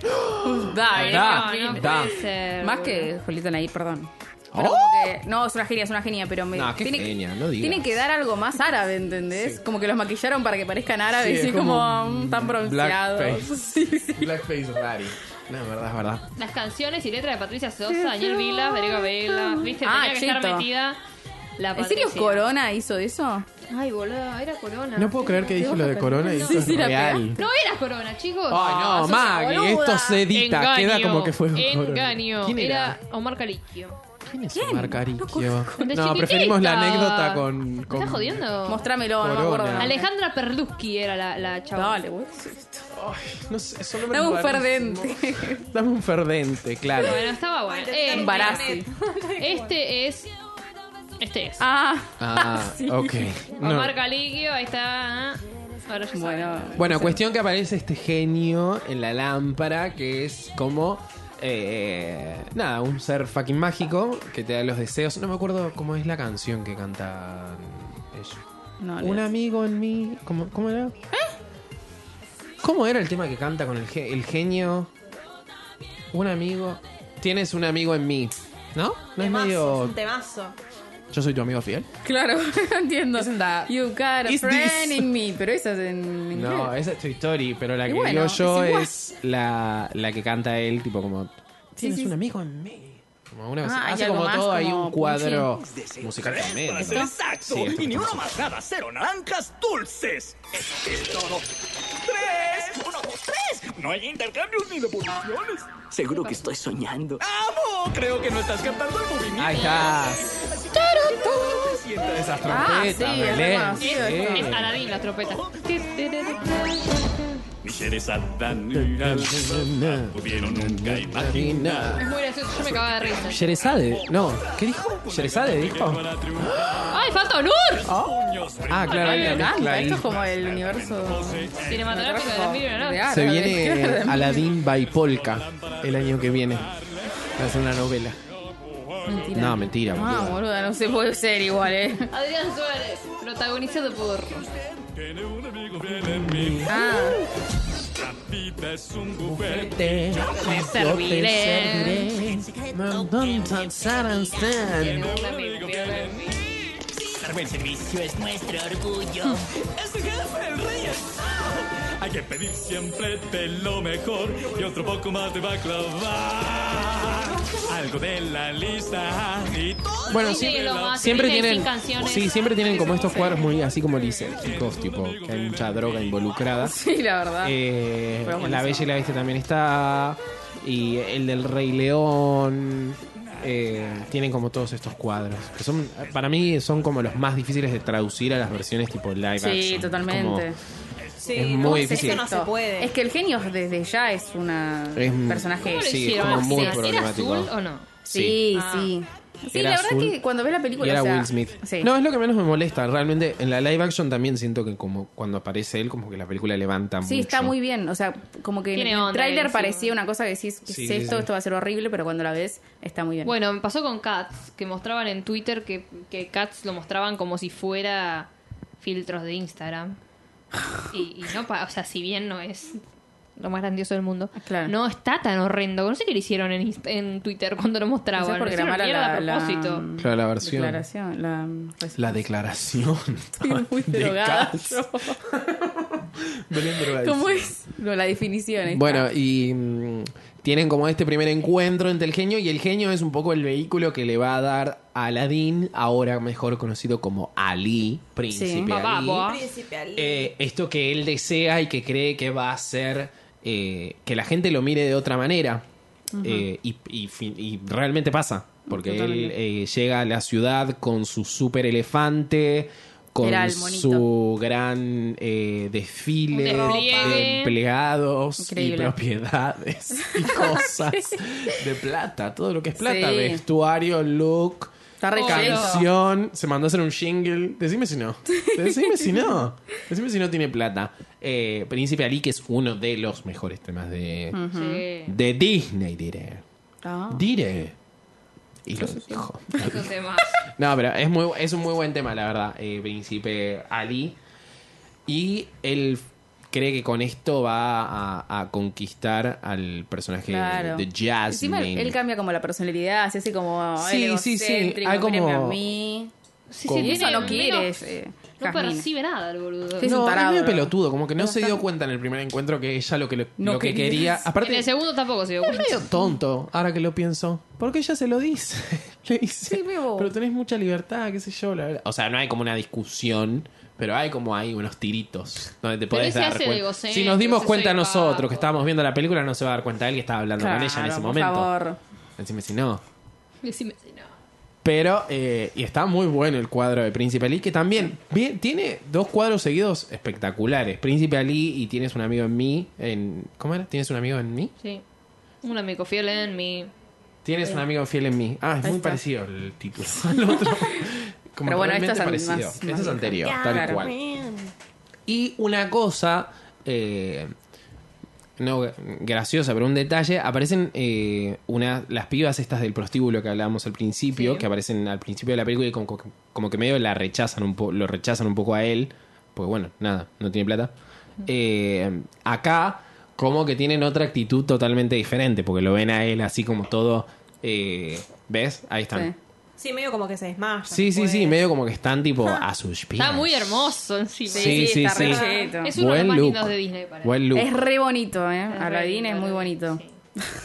Speaker 3: Dale,
Speaker 1: Da,
Speaker 2: no, no
Speaker 1: da.
Speaker 2: puede ser,
Speaker 3: Más
Speaker 2: boludo.
Speaker 3: que Julieta ahí, perdón.
Speaker 1: Oh.
Speaker 3: Pero como que- no, es una genia, es una genia, pero me.
Speaker 1: No, qué
Speaker 3: tiene,
Speaker 1: genia, no digas.
Speaker 3: Tiene que dar algo más árabe, ¿entendés? Como que los maquillaron para que parezcan árabes
Speaker 1: Sí,
Speaker 3: y
Speaker 1: es
Speaker 3: como,
Speaker 1: como
Speaker 3: mm, tan bronceados.
Speaker 1: blackface.
Speaker 3: Sí, sí.
Speaker 1: Blackface Rari. No, es verdad, es verdad.
Speaker 2: Las canciones y letras de Patricia Sosa, Daniel Vila, Federico Vela. Viste,
Speaker 3: Ah,
Speaker 2: tenía que estar
Speaker 3: Chito.
Speaker 2: metida la
Speaker 3: ¿En serio
Speaker 2: Patricia.
Speaker 3: Corona hizo eso?
Speaker 2: Ay, boludo, era Corona.
Speaker 1: No puedo creer que dije lo de Corona y eso
Speaker 3: Sí,
Speaker 1: es
Speaker 3: sí, la
Speaker 1: real.
Speaker 2: No era Corona, chicos.
Speaker 1: Ay, no, Maggie, esto se edita,
Speaker 2: Engaño,
Speaker 1: queda como que fue Corona.
Speaker 2: Engaño.
Speaker 1: ¿Quién
Speaker 2: era?
Speaker 1: era?
Speaker 2: Omar Caliquio.
Speaker 1: ¿Quién es Omar Caricchio?
Speaker 2: De
Speaker 1: No, preferimos la
Speaker 2: chiquitita.
Speaker 1: anécdota con.
Speaker 2: ¿Me
Speaker 1: con
Speaker 2: estás jodiendo?
Speaker 3: Mostrámelo, no me acuerdo.
Speaker 1: Corona.
Speaker 2: Alejandra Perluski era la, la chava.
Speaker 3: Dale, güey.
Speaker 1: No sé, son nombres
Speaker 3: Dame un
Speaker 1: rarísimos.
Speaker 3: perdente.
Speaker 1: Dame un ferdente, claro.
Speaker 2: Bueno, estaba
Speaker 4: Ay,
Speaker 2: bueno.
Speaker 4: te
Speaker 2: Eh,
Speaker 4: están
Speaker 3: embarazo.
Speaker 2: este es. Este es.
Speaker 3: Ah,
Speaker 1: Ah, ok. No.
Speaker 2: Omar Caliquio, ahí está. Ahora ya
Speaker 3: bueno.
Speaker 2: saben.
Speaker 1: Bueno, cuestión que aparece este genio en la lámpara, que es como. eh, nada, un ser fucking mágico que te da los deseos. No me acuerdo cómo es la canción que cantan ellos.
Speaker 3: No,
Speaker 1: un
Speaker 3: olvides.
Speaker 1: amigo en mí. ¿Cómo, cómo era?
Speaker 3: ¿Eh?
Speaker 1: ¿Cómo era el tema que canta con el, ge- el genio? Un amigo. Tienes un amigo en mí. ¿No? No es
Speaker 4: Temazo, es
Speaker 1: medio.
Speaker 4: un temazo.
Speaker 1: Yo soy tu amigo fiel.
Speaker 3: Claro, entiendo.
Speaker 1: Isn't that-
Speaker 3: You got a
Speaker 1: Is
Speaker 3: friend
Speaker 1: this-
Speaker 3: in me. Pero esa es en inglés.
Speaker 1: No, esa es tu historia, pero la
Speaker 3: Y
Speaker 1: que
Speaker 3: bueno,
Speaker 1: digo yo
Speaker 3: es igual.
Speaker 1: es, la, la que canta él, tipo como. Tienes
Speaker 3: sí,
Speaker 1: un
Speaker 3: sí.
Speaker 1: amigo en mí. Como una
Speaker 3: Ah,
Speaker 1: hace
Speaker 3: y algo
Speaker 1: como
Speaker 3: más
Speaker 1: todo ahí
Speaker 3: como
Speaker 1: un cuadro musical también.
Speaker 5: Para
Speaker 1: ¿no?
Speaker 5: ser exacto,
Speaker 1: Sí, esto
Speaker 5: mini
Speaker 1: es
Speaker 5: una
Speaker 1: mucho.
Speaker 5: majada, cero naranjas dulces. Eso es todo. Tres, uno, dos, tres. No hay intercambios ni devoluciones.
Speaker 6: Seguro que estoy soñando.
Speaker 5: ¡Amo! Creo que no estás cantando el movimiento.
Speaker 1: Ahí está.
Speaker 5: Te sientas
Speaker 1: Esas
Speaker 3: Ah, sí,
Speaker 1: trompetas,
Speaker 3: es
Speaker 1: Belén,
Speaker 3: reconocido
Speaker 1: sí.
Speaker 3: esto.
Speaker 2: Es Aladín la trompeta.
Speaker 5: Ni Sherezada ni Alzada pudieron nunca imaginar.
Speaker 2: Es muy gracioso, yo me cagaba de risa.
Speaker 1: Sherezade, no, ¿qué dijo? Sherezade dijo.
Speaker 2: ¡Ay, falta Nur!
Speaker 1: Ah, claro, ahí
Speaker 2: Ay,
Speaker 1: la
Speaker 3: Encanta,
Speaker 1: mezcla ahí.
Speaker 3: Esto es como el universo.
Speaker 2: Cinematográfico de las mil y una noches.
Speaker 3: Real.
Speaker 1: Se
Speaker 3: claro,
Speaker 1: viene
Speaker 3: claro.
Speaker 1: Aladdin by Polka el año que viene. Va a ser una novela.
Speaker 3: Mentira.
Speaker 1: No, mentira,
Speaker 3: Ah,
Speaker 1: boludo.
Speaker 3: boluda, no se puede ser igual, eh.
Speaker 2: Adrián Suárez, protagonizado por.
Speaker 5: Tiene un amigo fiel en mí.
Speaker 3: Ah,
Speaker 5: La vida es un buffet.
Speaker 1: Te-
Speaker 2: Me serviré. Tiene un amigo fiel en mí.
Speaker 5: El servicio es nuestro orgullo. Ah. Es tu jefe, el rey. Hay que pedir siempre de lo mejor y otro poco más te va a clavar. Algo de la lista y todo.
Speaker 1: Bueno,
Speaker 2: Sí,
Speaker 1: siempre,
Speaker 2: lo más,
Speaker 1: siempre
Speaker 2: viste,
Speaker 1: tienen,
Speaker 2: sin canciones.
Speaker 1: sí, siempre tienen como estos cuadros muy así como lisérgicos, tipo que hay mucha droga involucrada.
Speaker 3: sí, la verdad.
Speaker 1: Eh,
Speaker 3: Pero bueno,
Speaker 1: la
Speaker 3: sí.
Speaker 1: Bella y la Bestia también está. Y el del Rey León. eh, tienen como todos estos cuadros. Que son, para mí son como los más difíciles de traducir a las versiones tipo live. action.
Speaker 3: sí,
Speaker 1: Es
Speaker 3: totalmente.
Speaker 1: como-
Speaker 4: Sí,
Speaker 1: Es
Speaker 4: no,
Speaker 1: muy
Speaker 4: eso
Speaker 1: difícil.
Speaker 4: no se puede.
Speaker 3: Es que el genio desde ya es una
Speaker 1: Es un-
Speaker 3: personaje.
Speaker 2: ¿Cómo lo
Speaker 1: Sí,
Speaker 2: hicieron?
Speaker 1: como muy
Speaker 2: ¿Era
Speaker 1: problemático.
Speaker 2: azul o no?
Speaker 1: sí.
Speaker 3: Sí, sí. Sí,
Speaker 1: Era
Speaker 3: la verdad
Speaker 1: azul
Speaker 3: que cuando ves la película.
Speaker 1: Y era
Speaker 3: o sea,
Speaker 1: Will Smith.
Speaker 3: Sí.
Speaker 1: No, es lo que menos me molesta. Realmente en la live action también siento que como cuando aparece él, como que la película levanta
Speaker 3: Sí,
Speaker 1: mucho.
Speaker 3: está muy bien. O sea, como que en
Speaker 2: Tiene
Speaker 3: el
Speaker 2: onda,
Speaker 3: tráiler
Speaker 2: encima.
Speaker 3: parecía una cosa que decís, ¿qué
Speaker 1: Sí,
Speaker 3: es
Speaker 1: sí,
Speaker 3: esto?
Speaker 1: sí.
Speaker 3: Esto va a ser horrible, pero cuando la ves, está muy bien.
Speaker 2: Bueno, me pasó con Cats, que mostraban en Twitter que, que Cats lo mostraban como si fuera filtros de Instagram. Y, y no, pa- o sea, si bien no es lo más grandioso del mundo,
Speaker 3: Claro.
Speaker 2: no está tan horrendo. No sé qué le hicieron en, Inst- en Twitter cuando lo mostraban.
Speaker 3: Quizás
Speaker 2: Lo hicieron
Speaker 3: amara
Speaker 2: mierda
Speaker 3: la-
Speaker 2: a propósito.
Speaker 3: la-
Speaker 1: Claro, la versión.
Speaker 3: Declaración, la,
Speaker 1: La declaración.
Speaker 3: Estoy muy
Speaker 1: de
Speaker 3: drogada.
Speaker 1: Cats.
Speaker 3: yo.
Speaker 1: Belén drogadísima.
Speaker 3: ¿Cómo es? No, la definición. ahí está.
Speaker 1: Bueno, y mm, tienen como este primer encuentro entre el genio y el genio es un poco el vehículo que le va a dar a Aladdin, ahora mejor conocido como Ali, príncipe
Speaker 3: Sí.
Speaker 2: Papá,
Speaker 1: Ali.
Speaker 2: boa.
Speaker 4: Príncipe Ali.
Speaker 1: Eh, esto que él desea y que cree que va a hacer eh, que la gente lo mire de otra manera. Eh, y, y fin- y realmente pasa, porque él
Speaker 3: Totalmente.
Speaker 1: eh, llega a la ciudad con su super elefante, con
Speaker 3: Era el monito.
Speaker 1: su gran eh, desfile
Speaker 2: Un despliegue.
Speaker 1: de empleados
Speaker 3: Increíble.
Speaker 1: y propiedades y cosas de plata, todo lo que es plata,
Speaker 3: Sí.
Speaker 1: vestuario, look.
Speaker 3: Está re lleno.
Speaker 1: Canción, se mandó a hacer un jingle. Decime si no. Decime si no. Decime si no tiene plata. Eh, Príncipe Ali, que es uno de los mejores temas de,
Speaker 3: Mm.
Speaker 2: Sí.
Speaker 1: de Disney, diré.
Speaker 3: Ah.
Speaker 1: Diré. Y lo dijo.
Speaker 2: Es un tema.
Speaker 1: No, pero es, muy, es un muy buen tema, la verdad, eh, Príncipe Ali. Y él cree que con esto va a, a conquistar al personaje
Speaker 3: Claro.
Speaker 1: de Jasmine.
Speaker 3: Encima él, él cambia como la personalidad, se hace como.
Speaker 1: Sí,
Speaker 3: el
Speaker 1: sí, sí.
Speaker 3: egocéntrico,
Speaker 1: Hay como-
Speaker 3: míreme a mí.
Speaker 2: Sí,
Speaker 1: Como-
Speaker 2: sí,
Speaker 3: Y eso
Speaker 2: tiene
Speaker 3: no
Speaker 2: menos-
Speaker 3: quieres. eh,
Speaker 2: No
Speaker 3: Jazmín.
Speaker 2: percibe nada el boludo.
Speaker 3: Sí, Es
Speaker 1: no,
Speaker 3: un
Speaker 1: es
Speaker 3: tarado,
Speaker 1: medio
Speaker 3: bro.
Speaker 1: pelotudo, como que no se dio
Speaker 3: Bastante.
Speaker 1: cuenta en el primer encuentro que ella lo que, lo,
Speaker 3: No
Speaker 1: lo que
Speaker 3: quería.
Speaker 1: quería. Aparte,
Speaker 2: En el
Speaker 1: es
Speaker 2: segundo tampoco se dio cuenta.
Speaker 1: medio tonto, ahora que lo pienso. Porque ella se lo dice. Le dice,
Speaker 3: Sí, veo.
Speaker 1: pero tenés mucha libertad, qué sé yo. la verdad". O sea, no hay como una discusión, pero hay como ahí unos tiritos donde te
Speaker 2: Pero
Speaker 1: podés
Speaker 2: ese
Speaker 1: dar
Speaker 2: hace de
Speaker 1: cuenta.
Speaker 2: egocéntrico,
Speaker 1: si nos dimos
Speaker 2: ese
Speaker 1: cuenta
Speaker 2: soy
Speaker 1: nosotros
Speaker 2: papo.
Speaker 1: que estábamos viendo la película, no se va a dar cuenta él que estaba hablando
Speaker 3: Claro,
Speaker 1: con ella en ese
Speaker 3: por
Speaker 1: momento.
Speaker 3: favor.
Speaker 1: Decime si no.
Speaker 2: Decime si no.
Speaker 1: Pero, eh, y está muy bueno el cuadro de Príncipe Ali, que también bien, tiene dos cuadros seguidos espectaculares. Príncipe Ali y Tienes un amigo en mí. En, ¿Cómo era? ¿Tienes un amigo en mí?
Speaker 2: Sí. Un amigo fiel en mí.
Speaker 1: Tienes un amigo fiel en mí. Ah, es
Speaker 3: Ahí
Speaker 1: muy
Speaker 3: está.
Speaker 1: parecido el título al otro. Como
Speaker 3: Pero bueno,
Speaker 1: realmente
Speaker 3: estos son
Speaker 1: parecido.
Speaker 3: más-
Speaker 1: Este
Speaker 3: más
Speaker 1: es anterior,
Speaker 4: Ya,
Speaker 1: tal
Speaker 3: Claro.
Speaker 1: cual.
Speaker 4: bien.
Speaker 1: Y una cosa, eh, no graciosa, pero un detalle, aparecen eh, una, las pibas estas del prostíbulo que hablábamos al principio,
Speaker 2: Sí.
Speaker 1: que aparecen al principio de la película y como, como- como que medio la rechazan un po- lo rechazan un poco a él, pues bueno, nada, no tiene plata. Eh, acá, como que tienen otra actitud totalmente diferente, porque lo ven a él así como todo... eh, ¿Ves? Ahí están.
Speaker 4: Sí, medio como que se desmaya.
Speaker 1: Sí, sí, sí,
Speaker 4: después.
Speaker 1: medio como que están tipo a sus pies.
Speaker 2: Está muy hermoso encima.
Speaker 1: Sí, sí,
Speaker 3: está
Speaker 1: sí.
Speaker 3: re cheto.
Speaker 2: Es
Speaker 3: Es,
Speaker 2: uno de
Speaker 1: Buen
Speaker 2: los más
Speaker 1: look.
Speaker 2: lindos de Disney para mí.
Speaker 1: Buen look.
Speaker 3: re bonito, ¿eh?
Speaker 2: Es re
Speaker 3: Aladdin
Speaker 2: lindo,
Speaker 3: es muy
Speaker 2: Aladdin,
Speaker 3: bonito.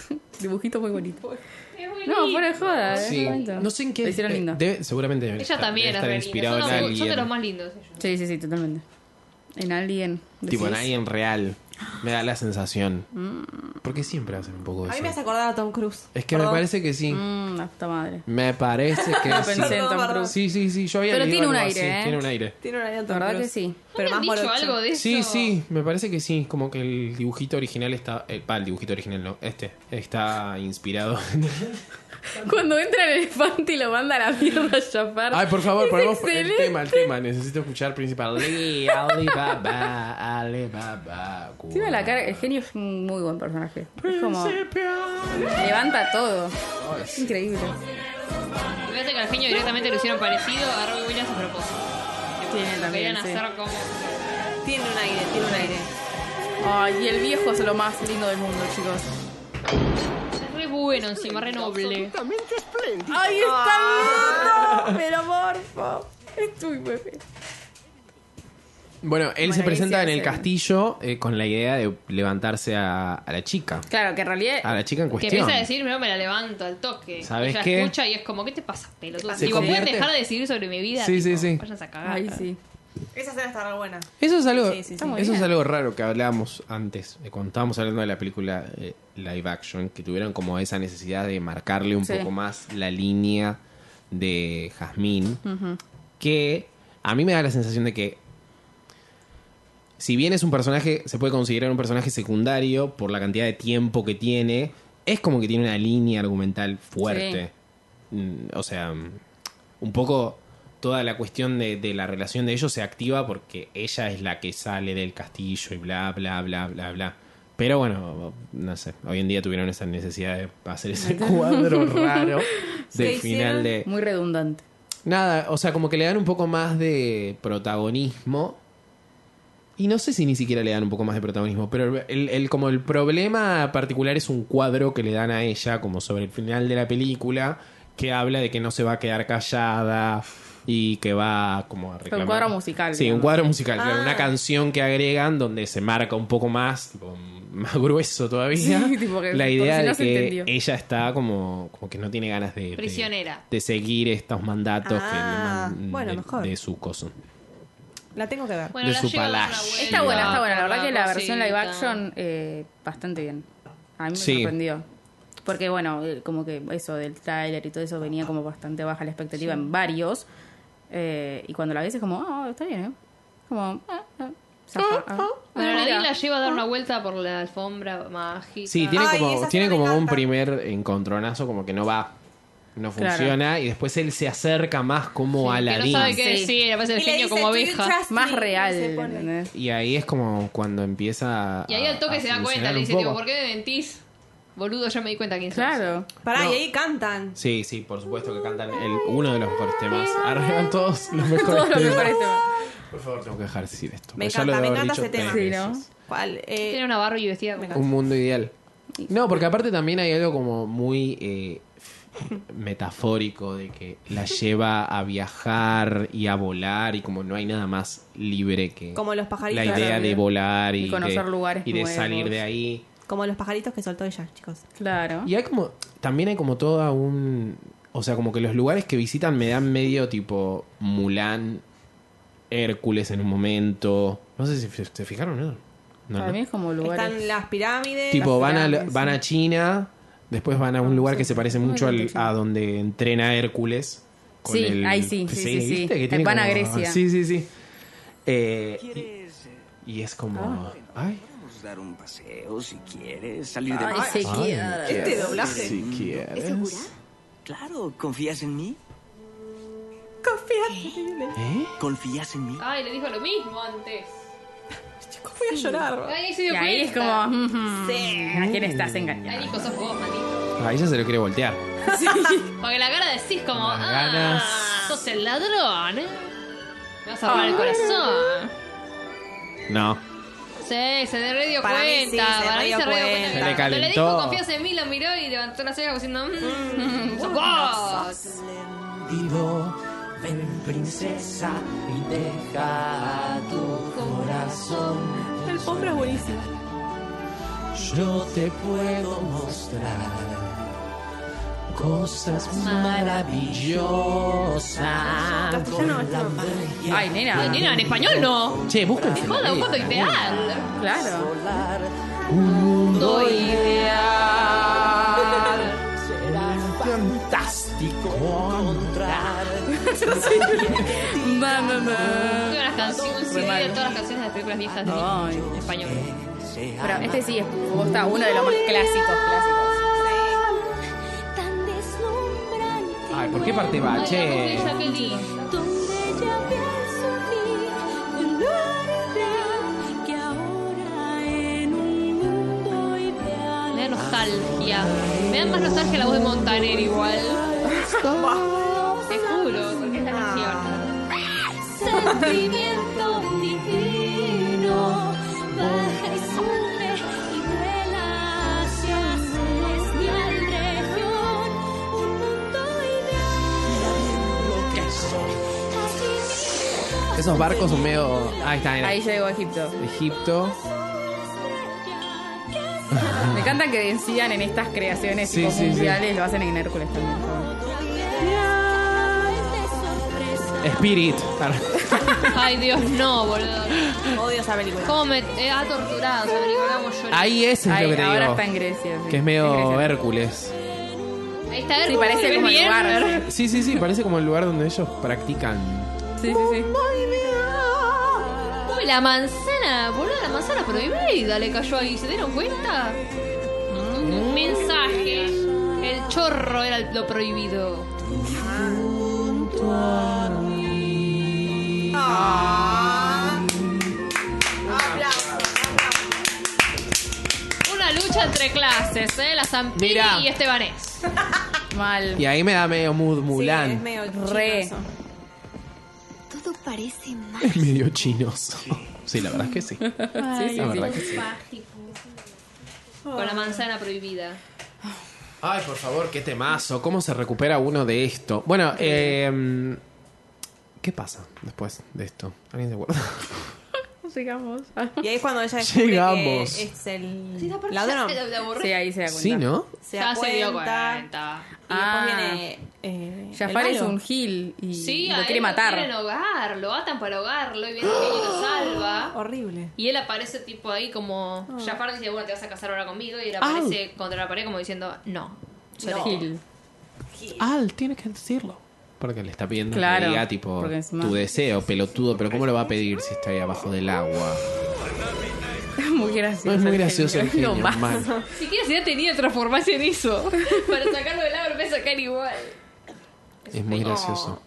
Speaker 2: sí.
Speaker 3: Dibujito muy bonito.
Speaker 2: Es muy
Speaker 3: No,
Speaker 2: lindo.
Speaker 3: fuera de joda, ¿eh?
Speaker 1: Sí.
Speaker 3: Re bonito.
Speaker 1: No sé en qué.
Speaker 3: Lo hicieron
Speaker 1: eh,
Speaker 3: lindo.
Speaker 1: debe- seguramente debe
Speaker 2: Ella
Speaker 1: estar-
Speaker 2: también
Speaker 1: debe
Speaker 2: es
Speaker 1: estar
Speaker 2: re linda.
Speaker 1: inspirado
Speaker 2: Son,
Speaker 1: en
Speaker 2: los-
Speaker 1: alguien.
Speaker 2: son de los más lindos ellos.
Speaker 3: Sí, sí, sí, totalmente. En Alien.
Speaker 1: Tipo en
Speaker 3: decís.
Speaker 1: alguien real. Me da la sensación. Porque siempre hacen un poco de
Speaker 4: A mí
Speaker 1: eso.
Speaker 4: me hace acordar a Tom Cruise.
Speaker 1: Es que
Speaker 4: Perdón.
Speaker 1: me parece que sí.
Speaker 3: Mm, la puta madre.
Speaker 1: Me parece que
Speaker 3: No
Speaker 1: Ah, sí.
Speaker 3: pensé en Tom
Speaker 4: Perdón,
Speaker 3: Cruise.
Speaker 1: Sí, sí, sí. Yo había
Speaker 3: Pero
Speaker 1: leído
Speaker 3: tiene un
Speaker 1: algo
Speaker 3: aire,
Speaker 1: así,
Speaker 3: ¿eh?
Speaker 1: Tiene un aire.
Speaker 4: Tiene una idea
Speaker 3: La verdad que sí.
Speaker 4: Pero
Speaker 2: ¿No
Speaker 4: más
Speaker 2: me han dicho
Speaker 4: morocho.
Speaker 2: algo de eso?
Speaker 1: Sí, sí, me parece que sí, como que el dibujito original está, eh, pa, el dibujito original no, este, está inspirado.
Speaker 3: Cuando entra el elefante y lo manda a la mierda a chapar.
Speaker 1: Ay, por favor,
Speaker 3: Es
Speaker 1: ponemos el
Speaker 3: excelente.
Speaker 1: tema, el tema, necesito escuchar Príncipe Ali, Alibaba, Alibaba.
Speaker 3: Encima la cara, el genio es un muy buen personaje. Es como. Levanta todo. Es increíble.
Speaker 2: Fíjate que al genio directamente lo hicieron parecido a Robbie Williams a propósito. Tipo,
Speaker 3: Tiene
Speaker 2: lo
Speaker 3: también,
Speaker 2: Querían
Speaker 3: sí.
Speaker 2: hacer como...
Speaker 4: Tiene un aire, tiene un aire.
Speaker 3: Ay, y el viejo es lo más lindo del mundo, chicos.
Speaker 2: Es re bueno encima, re noble.
Speaker 3: ¡Ay, está lindo! Pero morfo. Es tu bebé.
Speaker 1: Bueno, él se
Speaker 3: ahí
Speaker 1: presenta
Speaker 3: se
Speaker 1: en el
Speaker 3: hace.
Speaker 1: castillo eh, con la idea de levantarse a, a la chica.
Speaker 3: Claro, que en
Speaker 1: A
Speaker 3: realidad.
Speaker 1: la chica en
Speaker 2: Que
Speaker 1: cuestión.
Speaker 2: empieza a decir, no, me la levanto al toque.
Speaker 1: ¿Sabes
Speaker 2: Ella
Speaker 1: qué?
Speaker 2: escucha y es como, ¿qué te pasa, pelotudo?
Speaker 1: Se
Speaker 2: Digo, ¿pueden
Speaker 1: convierte-
Speaker 2: dejar de decidir sobre mi vida?
Speaker 1: Sí, sí,
Speaker 2: Tipo,
Speaker 1: sí.
Speaker 2: Váyanse a cagar.
Speaker 3: Ay, sí.
Speaker 4: Esa escena está re buena.
Speaker 1: Eso es algo,
Speaker 4: Sí, sí, sí.
Speaker 3: muy
Speaker 1: Eso es
Speaker 3: bien.
Speaker 1: algo raro que hablábamos antes, eh, cuando estábamos hablando de la película eh, live action, que tuvieron como esa necesidad de marcarle un
Speaker 3: Sí.
Speaker 1: poco más la línea de Jazmín, que a mí me da la sensación de que si bien es un personaje, se puede considerar un personaje secundario por la cantidad de tiempo que tiene, es como que tiene una línea argumental fuerte. Mm, O sea, mm, un poco toda la cuestión de, de la relación de ellos se activa porque ella es la que sale del castillo y bla, bla, bla, bla, bla. Pero bueno, no sé, hoy en día tuvieron esa necesidad de hacer ese cuadro raro del
Speaker 4: Se
Speaker 1: final
Speaker 4: hicieron
Speaker 1: de...
Speaker 3: Muy redundante.
Speaker 1: Nada, o sea, como que le dan un poco más de protagonismo. Y no sé si ni siquiera le dan un poco más de protagonismo, pero el, el- como el problema particular es un cuadro que le dan a ella, como sobre el final de la película, que habla de que no se va a quedar callada y que va como a reclamar.
Speaker 3: cuadro musical,
Speaker 1: Sí, un
Speaker 3: digamos.
Speaker 1: cuadro musical, claro,
Speaker 4: Ah.
Speaker 1: una canción que agregan donde se marca un poco más, tipo, más grueso todavía,
Speaker 3: Sí, tipo que-
Speaker 1: la
Speaker 3: por
Speaker 1: idea
Speaker 3: si no
Speaker 1: de
Speaker 3: se
Speaker 1: que
Speaker 3: entendió.
Speaker 1: ella está como, como que no tiene ganas de... de-
Speaker 2: Prisionera.
Speaker 1: de seguir estos mandatos que le
Speaker 4: Ah,
Speaker 1: man-
Speaker 4: bueno,
Speaker 1: de,
Speaker 4: mejor.
Speaker 1: de su coso.
Speaker 4: La tengo que ver.
Speaker 2: Bueno,
Speaker 1: de
Speaker 2: la
Speaker 1: su
Speaker 2: lleva a dar una
Speaker 1: palacio.
Speaker 2: vuelta,
Speaker 3: Está buena, está buena. La
Speaker 2: por
Speaker 3: verdad que la versión live
Speaker 2: cosita.
Speaker 3: action, eh, bastante bien. A mí me
Speaker 1: Sí.
Speaker 3: sorprendió. Porque, bueno, eh, como que eso del tráiler y todo eso venía como bastante baja la expectativa en varios. Eh, y cuando la ves es como, ah, está bien, ¿eh? Como, ah, ah, zafa, ah,
Speaker 2: Bueno,
Speaker 3: ah,
Speaker 2: Nadine
Speaker 3: mira.
Speaker 2: la lleva a dar una vuelta por la alfombra mágica. Ah,
Speaker 1: Sí, tiene
Speaker 4: Ay,
Speaker 1: como,
Speaker 4: esa
Speaker 1: tiene
Speaker 4: escena me
Speaker 1: como un
Speaker 4: encanta.
Speaker 1: primer encontronazo, como que no va, no
Speaker 3: Claro.
Speaker 1: funciona, y después él se acerca más como a
Speaker 2: Que
Speaker 1: la
Speaker 2: no sabe qué
Speaker 3: Sí.
Speaker 2: decir, aparece el
Speaker 4: Y le
Speaker 2: genio
Speaker 4: dice,
Speaker 2: como
Speaker 4: "Do you
Speaker 2: abeja.
Speaker 4: trust
Speaker 3: Más
Speaker 4: me?"
Speaker 3: real,
Speaker 4: Y se pone-
Speaker 3: ¿entendés?
Speaker 1: Y ahí es como cuando empieza.
Speaker 2: Y ahí
Speaker 1: a-
Speaker 2: al toque
Speaker 1: a
Speaker 2: se da cuenta,
Speaker 1: funcionar
Speaker 2: le
Speaker 1: un
Speaker 2: dice, tipo,
Speaker 1: poco.
Speaker 2: ¿por qué me mentís? Boludo, ya me di cuenta quién sos.
Speaker 3: Claro.
Speaker 4: Pará,
Speaker 1: No.
Speaker 4: y ahí cantan.
Speaker 1: Sí, sí, por supuesto que cantan el- uno de los mejores temas. Arreglan todos los mejores
Speaker 3: Todo lo que
Speaker 1: temas.
Speaker 3: parece.
Speaker 1: Por favor, tengo que dejar de decir esto.
Speaker 4: Me
Speaker 1: porque ya lo
Speaker 4: encanta, me
Speaker 1: debo haber
Speaker 4: encanta ese
Speaker 1: dicho
Speaker 4: tema.
Speaker 1: veinte
Speaker 3: Sí, ¿no?
Speaker 1: veces.
Speaker 4: ¿Cuál? Eh,
Speaker 2: Tiene una Barbie vestida como...
Speaker 1: Un mundo ideal. No, porque aparte también hay algo como muy eh, metafórico de que la lleva a viajar y a volar y como no hay nada más libre que
Speaker 4: Como los
Speaker 1: la
Speaker 4: pajaritos.
Speaker 1: idea
Speaker 3: claro,
Speaker 1: de
Speaker 3: mira.
Speaker 1: volar y,
Speaker 3: Y conocer
Speaker 1: de,
Speaker 3: lugares
Speaker 1: y de
Speaker 3: nuevos. Ah.
Speaker 1: salir de ahí.
Speaker 4: Como los pajaritos que soltó ella, chicos.
Speaker 3: Claro.
Speaker 1: Y hay como, también hay como toda un, o sea, como que los lugares que visitan me dan medio tipo Mulan, Hércules en un momento. No sé si f- se fijaron, ¿no? No,
Speaker 3: Para
Speaker 1: no.
Speaker 3: mí es como lugares.
Speaker 4: Están las pirámides.
Speaker 1: Tipo,
Speaker 3: Las
Speaker 1: van a,
Speaker 3: pirámides, Ah,
Speaker 1: van a China, después van a un lugar que se parece mucho al,
Speaker 3: sí.
Speaker 1: a donde entrena Hércules, con
Speaker 3: Sí,
Speaker 1: el-
Speaker 3: ahí sí, sí, sí, sí.
Speaker 1: ¿viste? Que tiene
Speaker 3: Van a
Speaker 1: como-
Speaker 3: Grecia.
Speaker 1: Sí, sí, sí. Eh, y- y, es como... Ay,
Speaker 6: Podemos dar un paseo si quieres, salir de
Speaker 3: Ay,
Speaker 6: viaje.
Speaker 3: se
Speaker 1: ay,
Speaker 3: quiera.
Speaker 4: Este doblaje.
Speaker 1: si quieres.
Speaker 6: Claro, ¿confías en mí?
Speaker 4: Confía.
Speaker 1: ¿Eh?
Speaker 6: ¿Confías en mí?
Speaker 2: Ay, le dijo lo mismo antes.
Speaker 4: Chicos, voy a llorar.
Speaker 2: Ay, ahí se
Speaker 3: Y
Speaker 2: dio
Speaker 3: ahí es
Speaker 2: cuenta.
Speaker 3: como, mm,
Speaker 4: Sí.
Speaker 3: ¿a quién estás
Speaker 2: Ahí
Speaker 3: engañando?
Speaker 2: dijo, sos vos, manito.
Speaker 1: A ella se lo quiere voltear.
Speaker 2: Porque la cara decís como,
Speaker 1: Las
Speaker 2: ah,
Speaker 1: ganas.
Speaker 2: sos el ladrón, ¿eh? Me vas a robar el corazón.
Speaker 1: No.
Speaker 2: Sí, se le re dio
Speaker 4: Para mí sí,
Speaker 2: cuenta.
Speaker 4: se
Speaker 2: para
Speaker 4: re
Speaker 2: mí
Speaker 4: dio
Speaker 2: se re dio
Speaker 4: cuenta.
Speaker 2: cuenta.
Speaker 4: Se le
Speaker 2: Cuando le
Speaker 1: calentó.
Speaker 2: dijo confías en mí, lo miró y levantó las cejas como diciendo, mmm, sos vos.
Speaker 5: Espléndido, ven princesa y deja tu corazón.
Speaker 4: La alfombra es buenísima.
Speaker 5: Yo te puedo mostrar cosas maravillosas.
Speaker 4: Castellano,
Speaker 5: Con la
Speaker 4: esto.
Speaker 5: magia
Speaker 3: Ay,
Speaker 2: Ay,
Speaker 3: nena.
Speaker 2: nena, en español no.
Speaker 1: Che, busquen
Speaker 2: Me joda, un mundo ideal.
Speaker 3: Claro.
Speaker 5: solar
Speaker 2: Mundo ideal.
Speaker 5: será fantástico encontrar.
Speaker 3: Ma, ma, ma.
Speaker 2: Tengo las canciones, un CD de todas las canciones de las películas viejas de
Speaker 3: Ay.
Speaker 2: en español.
Speaker 3: Pero este sí es posta, uno de los más clásicos, clásicos.
Speaker 7: tan deslumbrante.
Speaker 1: Ay, ¿por qué parte va,
Speaker 2: Ay,
Speaker 1: che?
Speaker 2: la mujer Jacqueline.
Speaker 7: Donde ya vi su fin, color ideal, que ahora en un mundo ideal.
Speaker 2: Me da nostalgia. Me da más nostalgia la voz de Montaner igual. Te juro, porque esta canción.
Speaker 7: Sentimiento divino baja y sube y vuela hacia celestial región, un mundo ideal. Así
Speaker 1: Esos barcos son medio... Ahí está,
Speaker 3: Ahí
Speaker 1: en
Speaker 3: llegó a Egipto.
Speaker 1: Egipto.
Speaker 3: Me encanta que decían en estas creaciones
Speaker 1: Sí,
Speaker 3: tipo
Speaker 1: sí, sí.
Speaker 3: mundiales, lo hacen en Hércules también. por favor.
Speaker 1: Spirit.
Speaker 3: Ah.
Speaker 2: Ay, Dios, no, boludo.
Speaker 4: Odio esa película.
Speaker 2: Cómo me eh, ha torturado, se averiguamos yo.
Speaker 1: Ahí es, es
Speaker 3: Ahí,
Speaker 1: lo que te
Speaker 3: ahora
Speaker 1: digo.
Speaker 3: está en Grecia. sí.
Speaker 1: Que es
Speaker 3: En
Speaker 1: medio
Speaker 3: Grecia.
Speaker 1: Hércules.
Speaker 2: Ahí está
Speaker 3: Sí,
Speaker 2: Hércules,
Speaker 3: parece
Speaker 2: ¿ves
Speaker 3: como el
Speaker 2: bien?
Speaker 3: lugar.
Speaker 1: Sí, sí, sí, parece como el lugar donde ellos practican.
Speaker 3: Sí, sí, sí.
Speaker 2: Uy, la manzana, boludo, la manzana prohibida le cayó ahí. ¿Se dieron cuenta? Un mensaje. El chorro era lo prohibido.
Speaker 4: Ah. Aplausos.
Speaker 2: Una lucha entre clases, ¿eh? La Zampini
Speaker 1: Mirá.
Speaker 2: y Estebanés.
Speaker 3: Mal.
Speaker 1: Y ahí me da medio mood
Speaker 4: Sí, es
Speaker 1: Mulan.
Speaker 4: medio
Speaker 3: Re.
Speaker 4: chino eso.
Speaker 7: Todo parece más.
Speaker 1: Es medio chinoso. Sí, la verdad es que sí.
Speaker 3: Sí, sí,
Speaker 1: La
Speaker 3: sí.
Speaker 1: verdad que sí.
Speaker 2: Con la manzana prohibida.
Speaker 1: Ay, por favor, qué temazo. ¿Cómo se recupera uno de esto? Bueno, eh, ¿qué pasa después de esto? ¿Alguien se acuerda?
Speaker 3: Sigamos.
Speaker 2: Ah.
Speaker 4: Y ahí es cuando ella descubre
Speaker 1: Llegamos.
Speaker 4: que es el
Speaker 2: Sí, aparte ya
Speaker 4: ladrón.
Speaker 2: se la- la borré.
Speaker 3: Sí, ahí se da cuenta.
Speaker 1: Sí, ¿no?
Speaker 4: Se da
Speaker 2: Ya se dio cuenta.
Speaker 4: Y
Speaker 3: Ah.
Speaker 4: después viene. eh,
Speaker 3: Jafar
Speaker 4: el
Speaker 3: es
Speaker 4: malo.
Speaker 3: un gil y
Speaker 2: Sí, a
Speaker 3: lo
Speaker 2: él
Speaker 3: quiere
Speaker 2: lo
Speaker 3: matar.
Speaker 2: Quieren hogar, lo atan para ahogarlo y viene el niño y lo salva.
Speaker 4: Horrible.
Speaker 2: Y él aparece tipo ahí como... Jafar dice, bueno, te vas a casar ahora conmigo. Y él aparece contra la pared como diciendo, no. soy
Speaker 4: No.
Speaker 2: gil".
Speaker 3: Gil.
Speaker 1: Al, tiene que decirlo. Porque le está pidiendo que
Speaker 3: Claro,
Speaker 1: diga, tipo,
Speaker 3: porque encima-
Speaker 1: tu deseo, pelotudo. Pero ¿cómo lo va a pedir si está ahí abajo del agua?
Speaker 3: Muy gracioso.
Speaker 1: No es muy
Speaker 3: el
Speaker 1: gracioso el
Speaker 3: Lo
Speaker 1: genio,
Speaker 3: más.
Speaker 1: mal.
Speaker 2: Si quieres hubiera tenido transformarse en eso. Para sacarlo del agua lo voy a sacar igual.
Speaker 1: Es
Speaker 3: Oh.
Speaker 1: muy gracioso.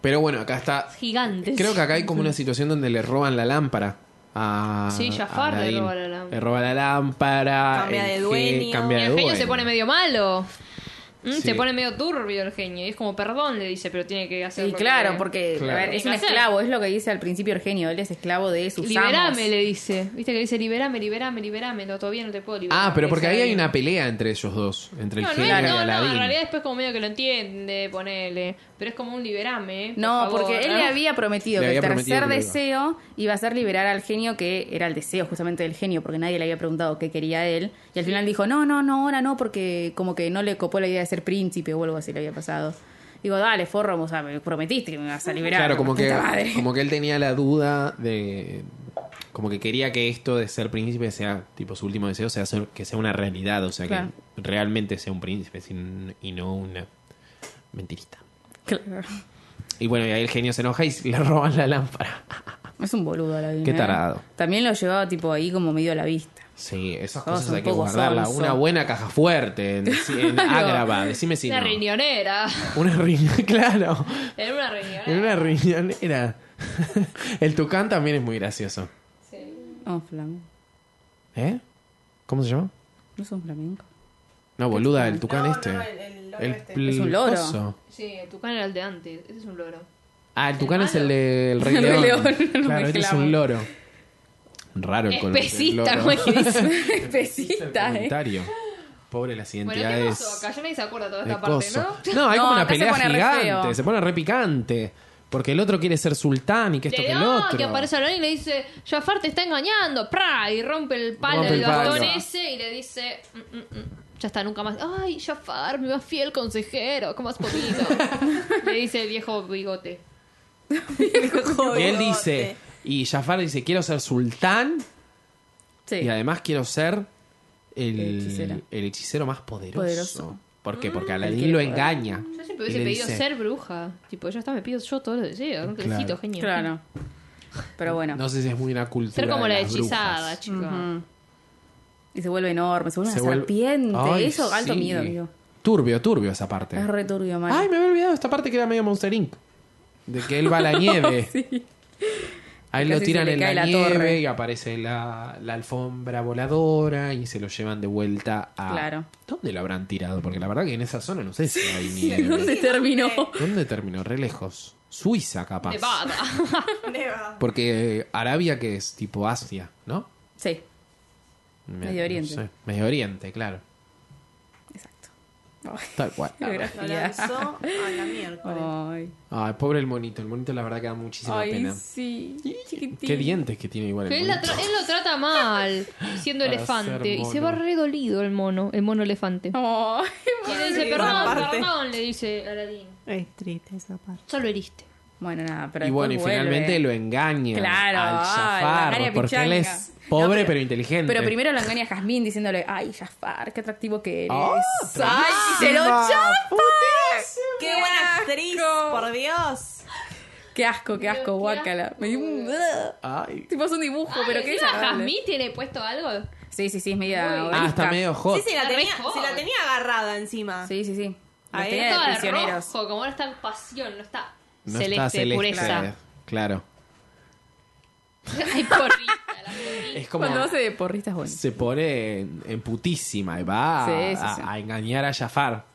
Speaker 1: Pero bueno, acá está...
Speaker 2: Gigantes.
Speaker 1: Creo que acá hay como una situación donde le roban la lámpara. A,
Speaker 2: Sí, Jafar
Speaker 1: a Aladdin.
Speaker 2: le roba la lámpara.
Speaker 1: Le roba la lámpara.
Speaker 4: Cambia
Speaker 1: el
Speaker 4: de
Speaker 1: ge-
Speaker 4: dueño.
Speaker 1: Cambia
Speaker 2: Y
Speaker 1: de
Speaker 2: el genio
Speaker 1: dueño.
Speaker 2: se pone medio malo. Mm,
Speaker 1: Sí.
Speaker 2: Se pone medio turbio el genio. Y es como, perdón, le dice, pero tiene que hacer.
Speaker 3: Y
Speaker 2: lo
Speaker 3: claro,
Speaker 2: que-
Speaker 3: porque
Speaker 1: Claro.
Speaker 3: A ver, es un
Speaker 2: Tiene que hacer.
Speaker 3: esclavo, es lo que dice al principio Eugenio, él es esclavo de sus amos.
Speaker 2: Liberame, le dice. Viste que dice, liberame, liberame, liberame. No, todavía no te puedo liberar.
Speaker 1: Ah, pero porque ahí hay
Speaker 2: Ese-
Speaker 1: una pelea entre ellos dos. Entre el
Speaker 2: No, no,
Speaker 1: genio y
Speaker 2: no, no,
Speaker 1: Aladdin.
Speaker 2: en realidad después como medio que lo entiende, ponele. Pero es como un liberame. por
Speaker 3: No,
Speaker 2: favor, Ah.
Speaker 3: porque él
Speaker 2: ¿no?
Speaker 3: le había prometido
Speaker 1: Le
Speaker 3: que
Speaker 1: había
Speaker 3: el
Speaker 1: prometido
Speaker 3: tercer
Speaker 1: que lo iba.
Speaker 3: deseo iba a ser liberar al genio, que era el deseo justamente del genio, porque nadie le había preguntado qué quería él. Y al final dijo, no, no, no, ahora no, porque como que no le copó la idea de ser príncipe o algo así le había pasado. Digo, dale, forro, o sea, me prometiste que me vas a liberar.
Speaker 1: Claro, como que,
Speaker 3: puta madre.
Speaker 1: como que él tenía la duda de. Como que quería que esto de ser príncipe sea, tipo, su último deseo, sea ser- que sea una realidad, o sea,
Speaker 3: Claro.
Speaker 1: que realmente sea un príncipe sin- y no una mentirita.
Speaker 3: Claro.
Speaker 1: Y bueno, y ahí el genio se enoja y le roban la lámpara.
Speaker 3: Es un boludo la ¿eh?
Speaker 1: Qué tarado.
Speaker 3: También lo llevaba tipo ahí como medio a la vista.
Speaker 1: Sí, esas
Speaker 3: Todos
Speaker 1: cosas
Speaker 3: un
Speaker 1: hay que
Speaker 3: poco
Speaker 1: guardarlas.
Speaker 3: sonso.
Speaker 1: Una buena caja fuerte en, en Ágrava, decime si
Speaker 2: Una
Speaker 1: no.
Speaker 2: riñonera.
Speaker 1: Una riñonera, claro.
Speaker 2: Era una riñonera.
Speaker 1: En una riñonera. El tucán también es muy gracioso.
Speaker 2: Sí.
Speaker 3: Oh, flamenco.
Speaker 1: ¿Eh? ¿Cómo se llama?
Speaker 3: No son flamenco.
Speaker 1: No, boluda, el tucán
Speaker 4: No,
Speaker 1: este.
Speaker 4: no, el- el loro este.
Speaker 1: pl-
Speaker 3: Es un loro.
Speaker 1: coso.
Speaker 2: Sí, el tucán era el de antes. Ese es un loro.
Speaker 1: Ah, el tucán
Speaker 2: ¿El
Speaker 1: es el
Speaker 2: malo?
Speaker 1: del Rey
Speaker 3: El
Speaker 1: León.
Speaker 3: Rey León, lo
Speaker 1: claro, este es
Speaker 3: mezclamos.
Speaker 1: un loro. Raro el color. del
Speaker 2: Especista,
Speaker 1: loro.
Speaker 2: Eh, como es que dice.
Speaker 1: El
Speaker 3: Especista, eh.
Speaker 1: comentario. Pobre las
Speaker 2: Bueno, ¿qué
Speaker 1: identidades.
Speaker 2: pasó acá? Yo nadie se acuerda toda
Speaker 1: de
Speaker 2: esta parte,
Speaker 1: coso.
Speaker 2: ¿no?
Speaker 1: No, hay
Speaker 3: No,
Speaker 1: como una
Speaker 3: acá se
Speaker 1: pelea
Speaker 3: pone re
Speaker 1: gigante.
Speaker 3: feo.
Speaker 1: Se pone re picante. Porque el otro quiere ser sultán y que esto
Speaker 2: Le
Speaker 1: que el
Speaker 2: da,
Speaker 1: otro.
Speaker 2: que aparece Alon y le dice, Jafar te está engañando, ¡pra! Y rompe el palo
Speaker 1: Rompe
Speaker 2: del
Speaker 1: el palo.
Speaker 2: bastón ese y le dice, "Mm, mm, mm, ya está, nunca más. ¡Ay, Jafar, mi más fiel consejero! ¿Cómo has podido? le dice el viejo bigote.
Speaker 1: y él dice. Y Jafar dice: Quiero ser sultán
Speaker 3: Sí.
Speaker 1: y además quiero ser el,
Speaker 3: El hechicero.
Speaker 1: el hechicero más poderoso.
Speaker 3: Poderoso. Mm,
Speaker 1: ¿Por qué? Porque
Speaker 3: quiere
Speaker 1: Aladín lo
Speaker 3: poder.
Speaker 1: engaña.
Speaker 2: Yo siempre
Speaker 1: Y
Speaker 2: hubiese
Speaker 1: le
Speaker 2: pedido
Speaker 1: dice,
Speaker 2: ser bruja. Tipo, ya está, me pido yo todos los deseos. Un
Speaker 1: Claro.
Speaker 2: besito, genio.
Speaker 3: Claro. Pero bueno.
Speaker 1: No sé si es muy una cultura.
Speaker 2: Ser como
Speaker 1: de
Speaker 2: la
Speaker 1: las
Speaker 2: hechizada,
Speaker 1: brujas.
Speaker 2: chico.
Speaker 3: Ujú. Y se vuelve enorme, se vuelve
Speaker 1: Se
Speaker 3: una
Speaker 1: vuelve-
Speaker 3: serpiente.
Speaker 1: Ay,
Speaker 3: Eso, alto
Speaker 1: sí.
Speaker 3: miedo, amigo.
Speaker 1: Turbio, turbio esa parte.
Speaker 3: Es re turbio, mal.
Speaker 1: Ay, me había olvidado esta parte que era medio Monster Inc. De que él va a la nieve. Ahí lo
Speaker 3: Casi se
Speaker 1: tiran
Speaker 3: le
Speaker 1: en la,
Speaker 3: cae la
Speaker 1: nieve
Speaker 3: torre.
Speaker 1: y aparece la, la alfombra voladora y se lo llevan de vuelta a.
Speaker 3: Claro.
Speaker 1: ¿Dónde lo habrán tirado? Porque la verdad que en esa zona no sé si hay nieve. ¿Dónde?
Speaker 3: ¿Dónde terminó?
Speaker 1: terminó? Re lejos. Suiza, capaz.
Speaker 2: Nevada.
Speaker 4: Neva.
Speaker 1: Porque eh, Arabia, que es tipo Asia, ¿no?
Speaker 3: Sí,
Speaker 1: Me-
Speaker 3: Medio Oriente.
Speaker 1: no sé. Medio Oriente, claro.
Speaker 3: exacto.
Speaker 1: Tal cual.
Speaker 4: Lo lanzó
Speaker 3: Geografía.
Speaker 4: a la miércoles.
Speaker 3: Ay,
Speaker 1: Ay, pobre el monito. El monito, la verdad, que da muchísima
Speaker 3: ay
Speaker 1: pena.
Speaker 3: sí. Chiquitín.
Speaker 1: Qué dientes que tiene igual el
Speaker 2: Pero él, la
Speaker 1: monito.
Speaker 2: tra- él lo trata mal, siendo
Speaker 1: Para
Speaker 2: elefante.
Speaker 1: ser
Speaker 2: Y se
Speaker 1: mono.
Speaker 2: va re dolido el mono, el mono elefante.
Speaker 3: Ay,
Speaker 2: Y le dice,
Speaker 4: Sí, esa
Speaker 2: perdón,
Speaker 4: parte.
Speaker 2: perdón, le dice Aladín.
Speaker 4: Es triste esa parte.
Speaker 2: Ya lo heriste.
Speaker 3: Bueno, nada, pero
Speaker 1: y bueno, y
Speaker 3: después vuelve.
Speaker 1: finalmente lo engaña
Speaker 3: Claro,
Speaker 1: al
Speaker 3: ay,
Speaker 1: Jafar,
Speaker 3: la engaña
Speaker 1: porque él
Speaker 3: pichanga.
Speaker 1: es pobre
Speaker 3: No,
Speaker 1: pero, inteligente.
Speaker 3: Pero primero lo engaña a Jazmín diciéndole, ay, Jafar, qué atractivo que eres.
Speaker 1: ¡Ah,
Speaker 3: ¡Ay, y se lo
Speaker 1: ¡Ah,
Speaker 3: chapa!
Speaker 4: ¡Qué buena actriz! ¡Por Dios!
Speaker 3: ¡Qué asco, qué asco, guácala! Me dio un...
Speaker 1: Ay.
Speaker 3: Tipo, es un dibujo, Oh, pero qué
Speaker 2: ¿Encima
Speaker 3: desagradable.
Speaker 2: Jazmín tiene puesto algo?
Speaker 3: Sí, sí, sí, es media...
Speaker 2: Uy.
Speaker 1: Ah,
Speaker 3: obelisca.
Speaker 1: está medio hot.
Speaker 4: Sí, sí, la
Speaker 2: Está re
Speaker 4: tenía,
Speaker 2: joven.
Speaker 4: se la tenía agarrada encima.
Speaker 3: Sí, sí, sí. Los
Speaker 4: Ahí
Speaker 3: tenía
Speaker 4: Eh,
Speaker 2: Está
Speaker 3: de
Speaker 2: todo de
Speaker 3: prisioneros.
Speaker 2: rojo, como no está en pasión, no está
Speaker 1: No
Speaker 2: celeste,
Speaker 1: está celeste, eh,
Speaker 2: pureza.
Speaker 1: Claro.
Speaker 2: Ay, porrita, la porrita.
Speaker 1: Es como
Speaker 3: Cuando hace de porristas, bueno.
Speaker 1: se pone en, en putísima y va a,
Speaker 3: Sí, sí,
Speaker 1: a-
Speaker 3: sí.
Speaker 1: a engañar a Jafar,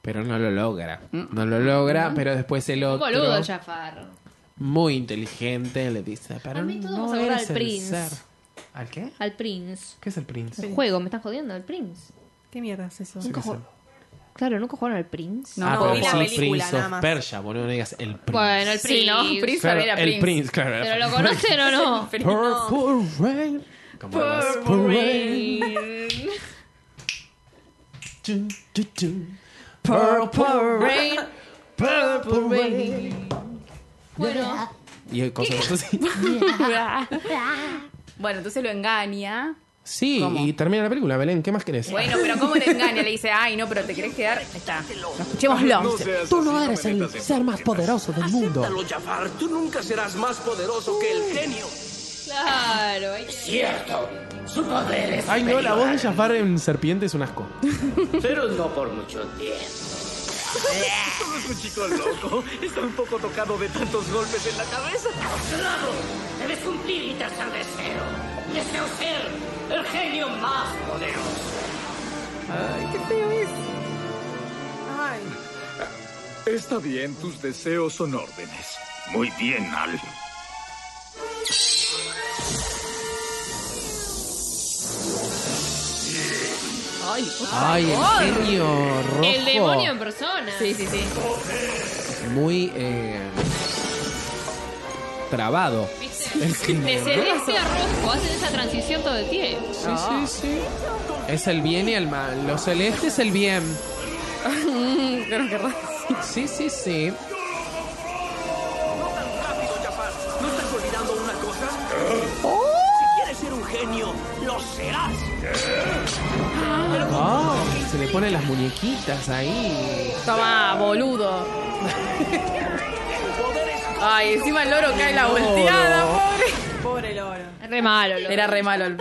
Speaker 1: pero no lo logra.
Speaker 3: Mm.
Speaker 1: No lo logra, pero después el
Speaker 2: Un
Speaker 1: otro
Speaker 2: boludo, Jafar.
Speaker 1: muy inteligente le dice, pero
Speaker 2: A mí todos
Speaker 1: no
Speaker 2: vamos a agarrar
Speaker 1: eres
Speaker 2: al
Speaker 1: el
Speaker 2: Prince.
Speaker 1: ser. ¿Al qué?
Speaker 2: Al Prince.
Speaker 1: ¿Qué es el Prince?
Speaker 2: El juego, me están jodiendo, al Prince.
Speaker 4: ¿Qué mierda es eso?
Speaker 1: ¿Qué es el-
Speaker 2: Claro, nunca jugaron al Prince.
Speaker 3: No,
Speaker 1: ah,
Speaker 3: no,
Speaker 1: pero
Speaker 4: vi la
Speaker 1: sí,
Speaker 4: película,
Speaker 1: Prince
Speaker 4: nada
Speaker 1: of
Speaker 4: más.
Speaker 1: Persia, boludo, no digas el Prince.
Speaker 2: Bueno, el Prince.
Speaker 3: Sí, no, Prince
Speaker 1: Claro,
Speaker 3: era
Speaker 1: el
Speaker 3: Prince.
Speaker 1: Prince, claro. era
Speaker 2: Pero lo
Speaker 1: Prince.
Speaker 2: conocen o no.
Speaker 1: Purple Rain. Como era más, Purple Rain. Chun, chun, chun. Purple Rain.
Speaker 2: Rain.
Speaker 1: Purple Rain.
Speaker 2: Bueno,
Speaker 1: Y cosas así.
Speaker 3: bueno, entonces lo engaña.
Speaker 1: Sí,
Speaker 3: ¿Cómo?
Speaker 1: y termina la película, Belén. ¿Qué más querés?
Speaker 3: Bueno, pero ¿cómo le engaña? Le dice, ay, no, pero te querés quedar... Está. Escuchémoslo.
Speaker 1: Tú no eres el ser más poderoso del mundo.
Speaker 6: Acéptalo, Jafar. Tú nunca serás más poderoso que el genio.
Speaker 2: claro. ahí tiene-
Speaker 8: Cierto, su poder es
Speaker 1: Ay, no, la voz
Speaker 8: superior,
Speaker 1: de Jafar en serpiente es un asco.
Speaker 8: pero no por mucho tiempo.
Speaker 6: Todo es un chico loco. Está un poco tocado de tantos golpes en la cabeza.
Speaker 8: Lobo, debes cumplir y trazar deseo. Deseo ser el genio más poderoso.
Speaker 4: Ay,
Speaker 5: Está bien, tus deseos son órdenes. Muy bien, Al.
Speaker 1: Ay, el genio rojo.
Speaker 2: El demonio en persona.
Speaker 3: Sí, sí, sí.
Speaker 1: Muy eh, trabado.
Speaker 2: ¿Viste?
Speaker 1: El genio.
Speaker 2: De celeste a rojo, hacen esa transición todo el tiempo.
Speaker 1: Sí, sí, sí. Es el bien y el mal. Lo celeste es el bien.
Speaker 3: Claro Mm, que raro.
Speaker 1: Sí, sí, sí.
Speaker 6: No tan rápido, Jafar. ¿No estás olvidando una cosa? Si quieres ser un genio, lo serás.
Speaker 1: Oh, se le ponen las muñequitas ahí.
Speaker 3: Toma, boludo. Ay, encima el loro cae la volteada, pobre.
Speaker 4: Pobre loro.
Speaker 2: Re malo. lo-
Speaker 3: Era re malo el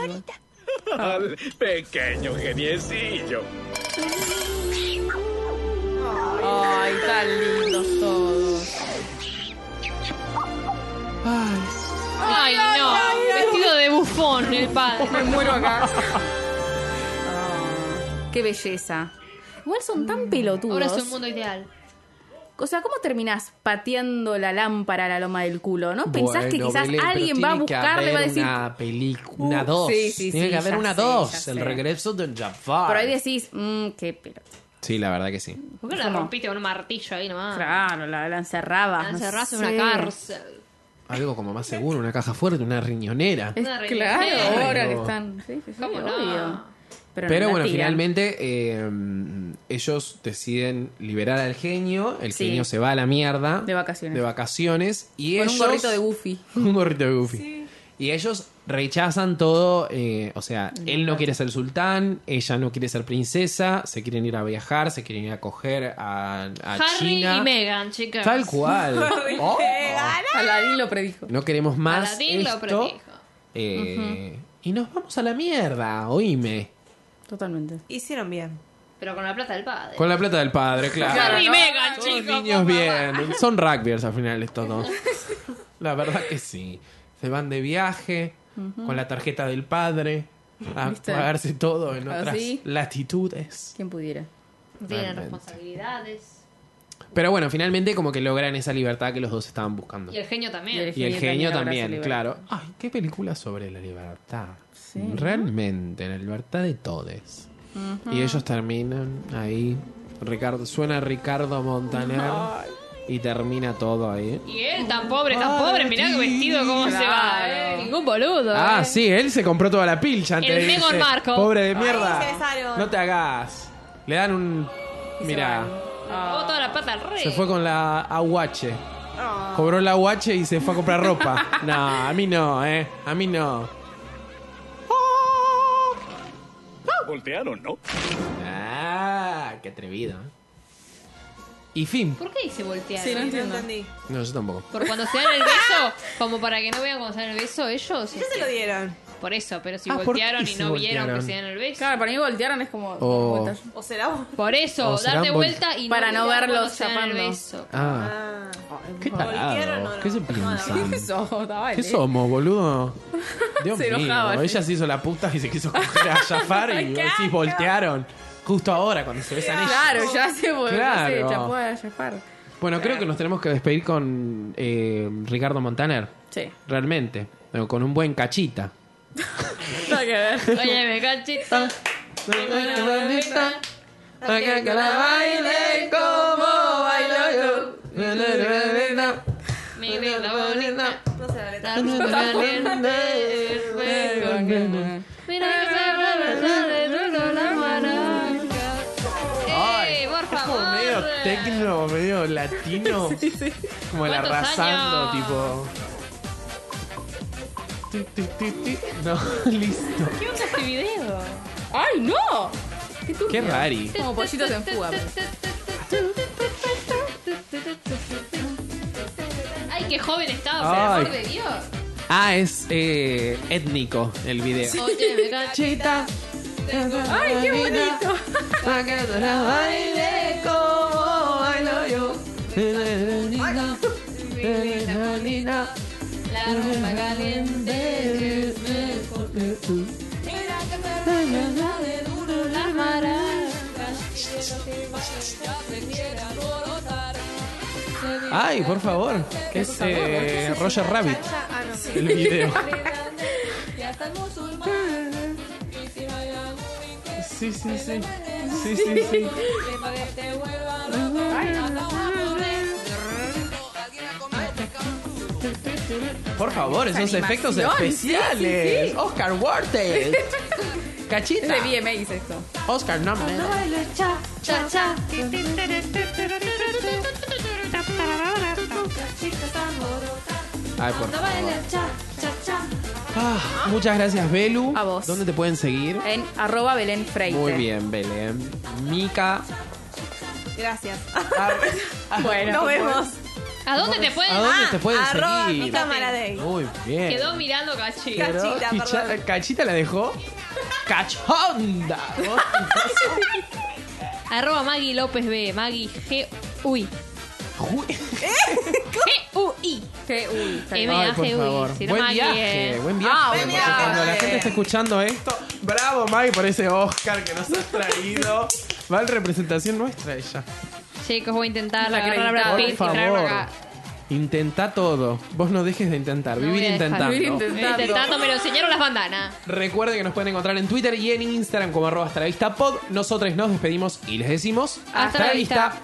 Speaker 5: Pequeño geniecillo.
Speaker 3: Ay, tan lindos todos.
Speaker 2: Ay, no. Vestido de bufón el padre.
Speaker 3: Muero acá. Ah, qué belleza. Igual son tan pelotudos.
Speaker 2: Ahora es un mundo ideal.
Speaker 3: O sea, ¿cómo terminás pateando la lámpara a la loma del culo? ¿No pensás que
Speaker 1: Bueno,
Speaker 3: quizás
Speaker 1: Belén, pero
Speaker 3: alguien
Speaker 1: tiene
Speaker 3: va a
Speaker 1: que
Speaker 3: buscar, le va a
Speaker 1: haber
Speaker 3: decir.
Speaker 1: Una película, una
Speaker 3: Uh,
Speaker 1: 2.
Speaker 3: sí, sí,
Speaker 1: tiene
Speaker 3: sí,
Speaker 1: que haber
Speaker 3: ya
Speaker 1: una
Speaker 3: sé,
Speaker 1: 2.
Speaker 3: ya
Speaker 1: El
Speaker 3: sé.
Speaker 1: regreso de Jafar.
Speaker 3: Pero ahí decís, mmm, qué pelota.
Speaker 1: Sí, la verdad que sí.
Speaker 2: ¿Por qué no la
Speaker 3: ¿Cómo?
Speaker 2: rompiste con un martillo ahí nomás?
Speaker 3: Claro, la, la encerraba.
Speaker 2: La encerrás en
Speaker 3: No
Speaker 2: una
Speaker 3: sé.
Speaker 2: cárcel.
Speaker 1: Algo como más seguro, una caja fuerte, una riñonera.
Speaker 3: Es
Speaker 2: Una
Speaker 3: claro,
Speaker 2: religión.
Speaker 3: ahora que están. Sí, sí, sí,
Speaker 2: ¿Cómo no?
Speaker 3: obvio. Pero,
Speaker 1: Pero
Speaker 3: no la
Speaker 1: bueno,
Speaker 3: tiran.
Speaker 1: finalmente eh, ellos deciden liberar al genio. El
Speaker 3: Sí.
Speaker 1: genio se va a la mierda.
Speaker 3: De vacaciones.
Speaker 1: De vacaciones. Y
Speaker 3: Con
Speaker 1: ellos,
Speaker 3: un gorrito de Goofy.
Speaker 1: un gorrito de Goofy. Y ellos rechazan todo. eh, o sea, él no quiere ser sultán, ella no quiere ser princesa, se quieren ir a viajar, se quieren ir a coger a, a
Speaker 2: Harry
Speaker 1: China.
Speaker 2: y Meghan, chicas.
Speaker 1: Tal cual. Oh.
Speaker 3: Aladín lo predijo.
Speaker 1: No queremos más
Speaker 2: Aladín lo
Speaker 1: esto.
Speaker 2: predijo.
Speaker 1: Eh, Y nos vamos a la mierda, oíme.
Speaker 3: Totalmente.
Speaker 4: Hicieron bien.
Speaker 2: Pero con la plata del padre.
Speaker 1: Con la plata del padre, claro.
Speaker 2: Harry y Meghan,
Speaker 1: Todos
Speaker 2: chicos.
Speaker 1: niños
Speaker 2: por
Speaker 1: bien.
Speaker 2: favor.
Speaker 1: Son rugbyers al final estos dos. La verdad que sí. Se van de viaje con la tarjeta del padre a
Speaker 3: ¿Viste?
Speaker 1: pagarse todo en otras
Speaker 3: Así.
Speaker 1: latitudes.
Speaker 3: ¿Quién pudiera?
Speaker 2: Tienen
Speaker 1: Realmente.
Speaker 2: responsabilidades.
Speaker 1: Pero bueno, finalmente como que logran esa libertad que los dos estaban buscando.
Speaker 2: Y el genio también.
Speaker 1: Y el
Speaker 3: genio
Speaker 1: genio
Speaker 3: también
Speaker 1: también,
Speaker 3: abraza
Speaker 1: claro. Ay, qué película sobre la libertad. Realmente, la libertad de todes. Y ellos terminan ahí. Ricardo, suena Ricardo Montaner y termina todo ahí.
Speaker 2: Y él tan pobre, tan pobre. Mirá que vestido cómo se va. eh. Ningún boludo.
Speaker 1: Ah,
Speaker 2: eh.
Speaker 1: sí, él se compró toda la pilcha antes
Speaker 2: El
Speaker 1: de
Speaker 2: Meghan
Speaker 1: irse.
Speaker 2: Markle.
Speaker 1: Pobre de
Speaker 4: se
Speaker 1: mierda.
Speaker 4: besaron.
Speaker 1: no te hagas. Le dan un. Mira,
Speaker 2: Oh, toda la pata al rey.
Speaker 1: se fue con la aguache.
Speaker 4: Ah.
Speaker 1: Cobró la aguache y se fue a comprar ropa. no, a mí no, eh. A mí no.
Speaker 5: Voltearon, ¿no?
Speaker 1: Ah, qué atrevido. ¿eh? Y fin.
Speaker 2: ¿Por qué dice voltear?
Speaker 3: Sí, no
Speaker 4: No
Speaker 3: entiendo.
Speaker 4: entendí.
Speaker 1: No, yo tampoco.
Speaker 2: Por cuando se dan el beso, como para que no vean cuando se dan el beso ellos.
Speaker 4: Ya se lo dieron.
Speaker 2: Por eso, pero si
Speaker 1: Ah, ¿por qué
Speaker 2: voltearon y
Speaker 1: se
Speaker 2: no vieron que
Speaker 1: voltearon?
Speaker 2: se dan el beso.
Speaker 3: Claro, para mí voltearon es como.
Speaker 1: Oh.
Speaker 3: vueltas.
Speaker 4: O será vos.
Speaker 2: Por eso,
Speaker 1: O serán
Speaker 2: darte
Speaker 1: vol-
Speaker 2: vuelta y
Speaker 3: Para no
Speaker 2: mirar
Speaker 3: verlos
Speaker 2: cuando se dan el
Speaker 3: chapando.
Speaker 2: beso.
Speaker 1: Ah,
Speaker 4: Ah.
Speaker 1: qué
Speaker 4: ¿Voltearon o
Speaker 1: tarado.
Speaker 4: no?
Speaker 1: ¿Qué se
Speaker 4: No,
Speaker 1: piensan?
Speaker 3: Eso,
Speaker 1: Ah.
Speaker 3: dale.
Speaker 1: ¿Qué somos, boludo? Dios
Speaker 3: Se
Speaker 1: mío.
Speaker 3: enojaba, sí.
Speaker 1: Ella se hizo la puta y se quiso coger a Jafar y vos decís, voltearon. Justo ahora, cuando se besan ellos.
Speaker 3: Claro, ya se volvió.
Speaker 1: Claro.
Speaker 3: Se chapó a chapar.
Speaker 1: Bueno, creo que nos tenemos que despedir con eh, Ricardo Montaner.
Speaker 3: Sí.
Speaker 1: Realmente. Pero Con un buen cachita.
Speaker 3: Nada que ver.
Speaker 2: Oye, me cachita.
Speaker 1: Acá que la baile como bailo yo. Na, na, na, na,
Speaker 2: Mi linda bonita.
Speaker 4: No sé la letra.
Speaker 2: Dame un caliente el fuego. Mira que se va a besar de nuevo la maraca.
Speaker 1: Ay,
Speaker 2: ¡Eh, por
Speaker 1: Como medio
Speaker 2: favor!
Speaker 1: tecno, medio latino. Como la
Speaker 2: ¿Cuántos
Speaker 1: arrasando,
Speaker 2: años?
Speaker 1: tipo. Ti, ti, ti, ti. No, listo.
Speaker 2: ¿Qué onda este video?
Speaker 3: ¡Ay, no! ¡Qué
Speaker 1: Qué
Speaker 3: turbio.
Speaker 1: rari.
Speaker 3: Como pollitos en fuga. pero-
Speaker 2: Ay, qué joven estaba,
Speaker 1: Ay.
Speaker 2: por el amor de Dios.
Speaker 1: Ah, es eh, étnico el video.
Speaker 2: Oye, me cachita.
Speaker 1: Chita.
Speaker 3: ¡Ay, qué bonito!
Speaker 1: Acá que la baile como bailo yo.
Speaker 2: La ropa caliente. La maraca.
Speaker 1: Ay, por favor. Es eh, Roger Rabbit
Speaker 4: Ah, no. Sí.
Speaker 1: el video. Sí, sí, sí. Sí, sí, sí. Por favor, esos efectos
Speaker 3: animación,
Speaker 1: especiales. Oscar Huertes.
Speaker 3: Es
Speaker 1: Cachita.
Speaker 3: de BMX esto.
Speaker 1: Oscar no me- Ay, por favor. Ah, muchas gracias, Belu.
Speaker 3: A vos.
Speaker 1: ¿Dónde te pueden seguir?
Speaker 3: En arroba Belén Freite.
Speaker 1: Muy bien, Belén. Mica.
Speaker 4: Gracias.
Speaker 1: Ah,
Speaker 3: Bueno. pues,
Speaker 4: Nos vemos.
Speaker 2: ¿A dónde te pueden
Speaker 1: ¿A dónde
Speaker 4: Ah,
Speaker 1: te pueden
Speaker 4: arroba
Speaker 1: seguir?
Speaker 4: mi cámara de ahí.
Speaker 1: Muy bien.
Speaker 2: Quedó mirando Gachi.
Speaker 1: Quedó
Speaker 4: Cachita,
Speaker 1: ficha-
Speaker 4: perdón.
Speaker 1: Cachita la dejó. Cachonda. Vos-
Speaker 2: Arroba Maggie López B. Maggie G. Uy.
Speaker 1: Ju-
Speaker 2: G-U-I.
Speaker 3: uy, tal
Speaker 2: M-
Speaker 3: cual.
Speaker 1: Ay, por
Speaker 2: Viaje, uy,
Speaker 1: favor.
Speaker 2: si no
Speaker 1: buen
Speaker 2: Maggie,
Speaker 1: viaje,
Speaker 2: eh.
Speaker 1: buen viaje.
Speaker 3: Ah,
Speaker 1: porque
Speaker 3: buen
Speaker 4: viaje.
Speaker 1: Cuando la gente está escuchando esto, bravo Maggie por ese Oscar que nos has traído. Va en representación nuestra ella.
Speaker 2: Chicos, voy a intentar
Speaker 3: La
Speaker 2: agarrar a
Speaker 3: acreditado.
Speaker 2: Brad
Speaker 1: Por
Speaker 2: Pitt y traerlo
Speaker 1: favor.
Speaker 2: acá.
Speaker 1: Intenta todo. Vos no dejes de intentar.
Speaker 2: No
Speaker 1: Vivir
Speaker 2: voy a dejar.
Speaker 1: intentando.
Speaker 3: Vivir intentando.
Speaker 2: Estoy Intentando, me lo enseñaron las bandanas.
Speaker 1: Recuerden que nos pueden encontrar en Twitter y en Instagram como arroba hasta la vista pod. Nosotros nos despedimos y les decimos
Speaker 2: Hasta la vista.